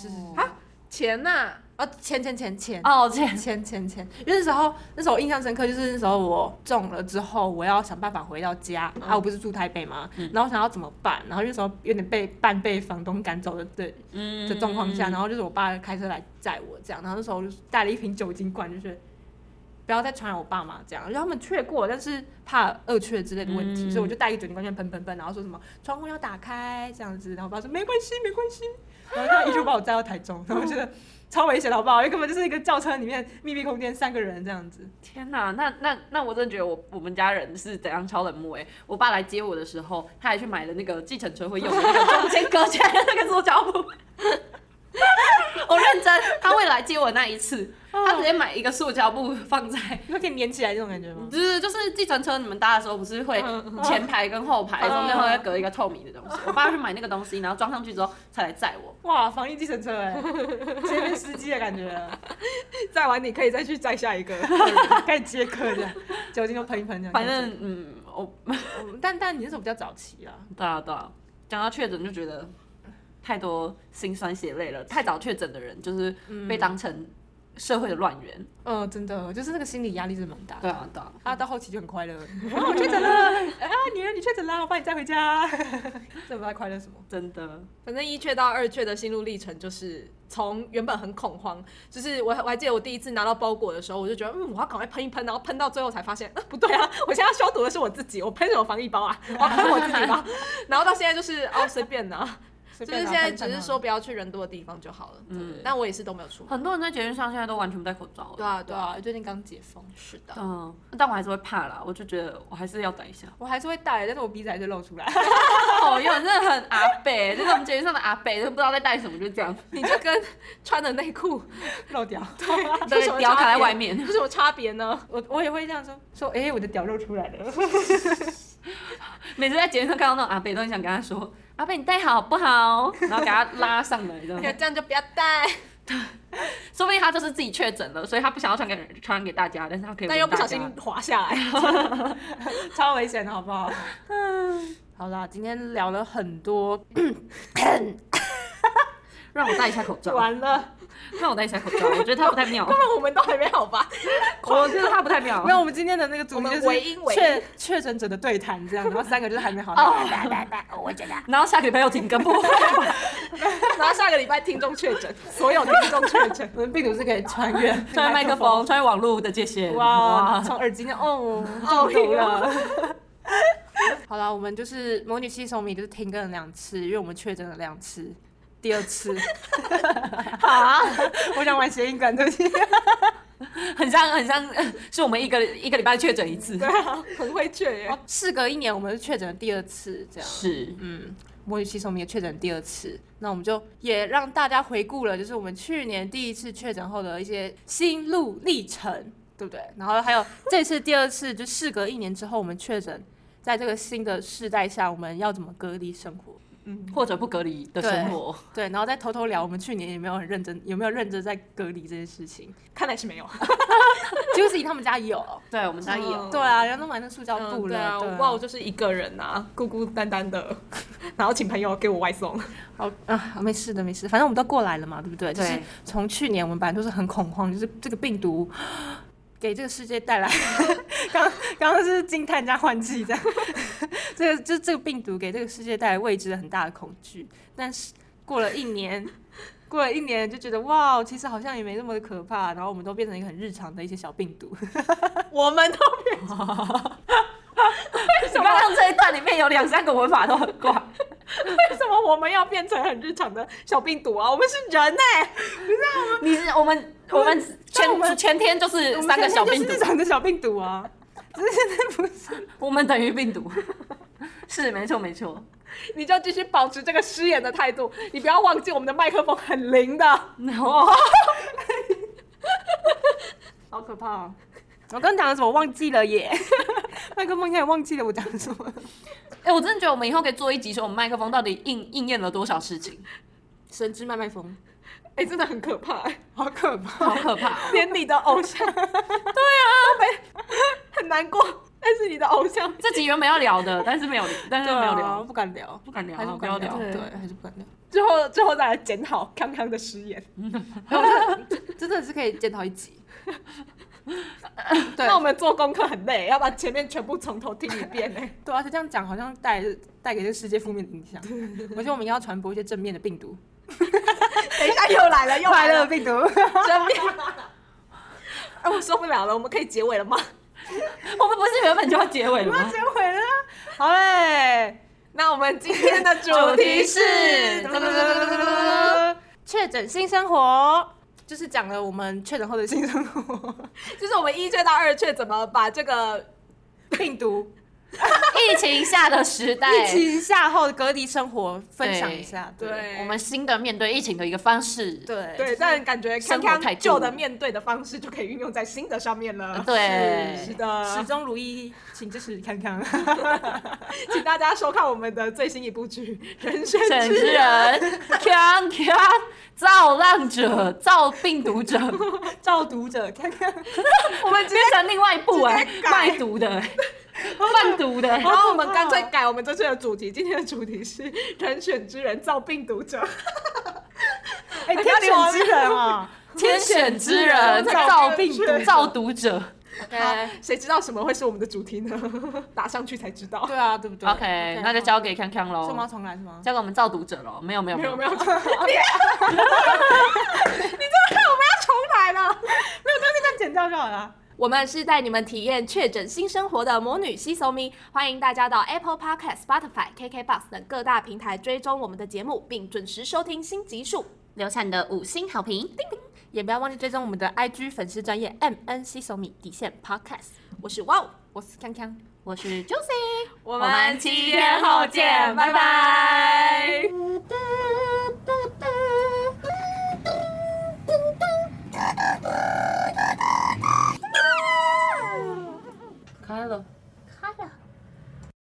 是是是
啊钱呐，
啊，前前前前
哦，这
(laughs) 前前前，因为那时候那时候我印象深刻，就是那时候我中了之后，我要想办法回到家、啊，我不是住台北嘛，然后我想要怎么办，然后那时候有点被半被房东赶走的的
嗯
的状况下，然后就是我爸开车来载我这样，然后那时候我就带了一瓶酒精罐，就是不要再传染我爸妈这样，然后他们确过，但是怕恶确之类的问题，
嗯
所以我就带一个酒精罐，这样喷喷喷，然后说什么窗户要打开这样子，然后我爸说没关系没关系，然后他一路把我载到台中，然后我觉得。超危险的好不好？因为根本就是一个轿车里面密闭空间，三个人这样子。
天哪，那那那我真的觉得我我们家人是怎样超冷漠哎、我爸来接我的时候，他还去买了那个计程车会用的那个中间隔起来的那个塑胶布。 (laughs) 我认真，他会来接我那一次，他直接买一个塑胶布放在，
你说可以粘起来这种感觉吗？
就是就是计程车你们搭的时候不是会前排跟后排中间会隔一个透明的东西，我爸去买那个东西，然后装上去之后才来载我。
哇，防疫计程车哎、
(laughs)
直接变司机的感觉了。载完你可以再去载下一
(laughs)
个，开始接客这样，酒精就喷一喷这样。
反正嗯，我
嗯但但你那时候比较早期啦，
对啊对啊，讲到确诊就觉得太多心酸血泪了。太早确诊的人就是
嗯
被当成社会的乱源。
嗯、真的就是那个心理压力是蛮大的。
对啊对啊，
啊，到后期就很快乐，啊，我确诊了， (laughs) 啊，女人你确诊了，我帮你载回家， (laughs) 这不知道快乐什么。
真的
反正一雀到二雀的心路历程就是从原本很恐慌，就是我我还记得我第一次拿到包裹的时候，我就觉得嗯，我要赶快喷一喷，然后喷到最后才发现，啊、不对啊，我现在要消毒的是我自己，我喷什么防疫包啊？我要 (laughs) 喷我自己吧。然后到现在就是哦随便呐、
就
就是现在只
啊
是说，不要去人多的地方就好了。嗯，但我也是都没有出门。
很多人在捷运上现在都完全不戴口罩
对
了。
啊，对
对
啊，
啊，最近刚解封，
是的。
嗯，但我还是会怕啦，我就觉得我还是要戴一下。 (laughs)
我还是会戴，但是我鼻子还是露出来。 (laughs)
哦，有真的很阿北，就是我们捷运上的阿北，就不知道在戴什么，就这
(laughs)
样，
(laughs) 你就跟穿的内 (laughs) 裤
漏掉，
有
对
什，么
屌卡
差
在
别
外面
有。什么差别呢？
(laughs) 我我也会这样说，说哎、我的屌露出来了，
(laughs)
(laughs)
每次在捷运上看到那种阿北，都很想跟他说：“阿北，你戴好不好？” (laughs) 然后给他拉上来，这样
(laughs) 这。样就不要戴， (laughs)
说不定他就是自己确诊了，所以他不想要传给传染给大家，但是他可以。
但又不小心。滑下来。
超危险的好不好？好啦，今天聊了很多，
让我戴一下口罩，
完了，
让我戴一下口罩，我觉得他不太妙，
我们都还哦没好吧？
我觉得他不太妙。
(laughs) 没有，我们今天的那个主题就
我
是
们唯一唯一
确确诊者的对谈这样，然后三个就是还没好。
然后下个礼拜又停更，不会
然后下个礼拜听众确诊，
所有听众确诊，我们病毒是可以穿越
穿越麦克风，，穿越网络的界限。
哇，从耳机那 (laughs) 哦中毒了。 (laughs) 好了，我们就是《魔女七手米》，就是停更了两次，因为我们确诊了两次，第二 (laughs) 次。
啊，
我想玩谐音梗，对不起。
很像很像，呃是我们一个一个礼拜确诊一次。
(laughs) 很会确耶。
哦事隔一年，我们是确诊了第二次，这样。
是，
嗯，魔女骑手我们也确诊第二次，那我们就也让大家回顾了，就是我们去年第一次确诊后的一些心路历程，对不对？然后还有这次第二次，就事隔一年之后我们确诊，在这个新的世代下，我们要怎么隔离生活？
或者不隔离的生活。
对，然后再偷偷聊我们去年有没有很认真，有没有认真在隔离这件事情 (laughs)
看来是没有。
？Juicy 他们家有，
对，我们家也有。
嗯
对啊，人家都买那塑胶布
嗯，对
了，
啊，我哇，我就是一个人啊，孤孤单单的， (laughs) 然后请朋友给我外送。
好啊，没事的，没事，反正我们都过来了嘛，对不对？就是
对
从去年我们本来就是很恐慌，就是这个病毒 (gasps) 给这个世界带来， (laughs) 刚刚刚是惊叹加换气这样， (laughs) 这个就是这个病毒给这个世界带来未知的很大的恐惧，但是过了一年。过了一年就觉得哇，其实好像也没那么可怕，然后我们都变成一个很日常的一些小病 (laughs) 毒。
我们都
你刚刚这一段里面有两三个文法都很怪。
为什么我们要变成很日常的小病毒啊？我们是人哎、
你是我们我们全
我们
全天就是三个小
我们
病毒
现在 (laughs) 就是日。常的小病毒啊， (laughs) 只是现在不是。
我们等于病毒。是，没错，没错。
你就继续保持这个失言的态度，你不要忘记我们的麦克风很灵的。
好可怕、
哦
我刚讲了什么忘记了耶？ (laughs) 麦克风应该也忘记了我讲什么。
哎、我真的觉得我们以后可以做一集，说我们麦克风到底应应验了多少事情。
神之麦麦风，
哎、真的很可怕、哎
好可怕！
好可怕、哦！
连你的偶像， (laughs) 对啊，很难过，但是你的偶像，
这集原本要聊的，但是没有，但是没有
啊
聊，
不敢聊，
不敢聊啊
还是
不
不
敢
要聊，
聊
对
对，
还是不敢聊。
最后最后再来检讨康康的失言。
真的是可以检讨一
(laughs)
集，
那我们做功课很累，要把前面全部从头听一遍呢、
对，而啊且这样讲好像带带给这世界负面的影响。我觉得我们应该要传播一些正面的病毒，
(laughs) 等一下又来了，又来了，
病毒。
真面。哎，我受不了了，我们可以结尾了吗？
我们不是原本就要结尾了
(laughs)
吗？
尾了，好嘞。那我们今天的 (laughs) 主题是
确诊新生活，就是讲了我们确诊后的新生
(laughs)
活，
就是我们一确到二确怎么把这个
病毒
疫情下的时代，
疫情下后的隔离生活分享一下。对，
对
我们新的面对疫情的一个方式。
对
(laughs) 对，但感觉
生
康
活态
康
度
旧的面对的方式就可以运用在新的上面了。
对
啊呃
(laughs)
是
始
的，
终如一，请支持康康。
请大家收看我们的最新一部剧《人 (laughs) 生
整
之
之人，康康，造浪者，造病毒者，
(laughs) 照读者康 (laughs) 康，
我们变成另外一部哎、
直接改
卖毒的、哎贩毒的、哎
然后我们干脆改我们这次的主题，今天的主题是“人选之人造病毒者
哎，天选之人啊！
(laughs) 天选之人，造病毒、造毒者。”。
谁知道什么会是我们的主题呢？ (laughs) 打上去才知道。
(laughs) 对啊，对不对
OK，那就交给康康
好是吗？
喽，
重来是吗？
交给我们造毒者喽。没有没有
没
没
有
有
没有，你真的看我们要重来了。
这样剪掉就好了啊。
我们是带你们体验确诊新生活的魔女西索咪，欢迎大家到 Apple Podcast、Spotify、KKBox 等各大平台追踪我们的节目，并准时收听新集数。
留下你的五星好评。
也不要忘记追踪我们的 IG 粉丝专业 M N 西索米底线 Podcast。我是 Wow，
我是康康。
我是 Josie，
我
我们七天后见，拜拜。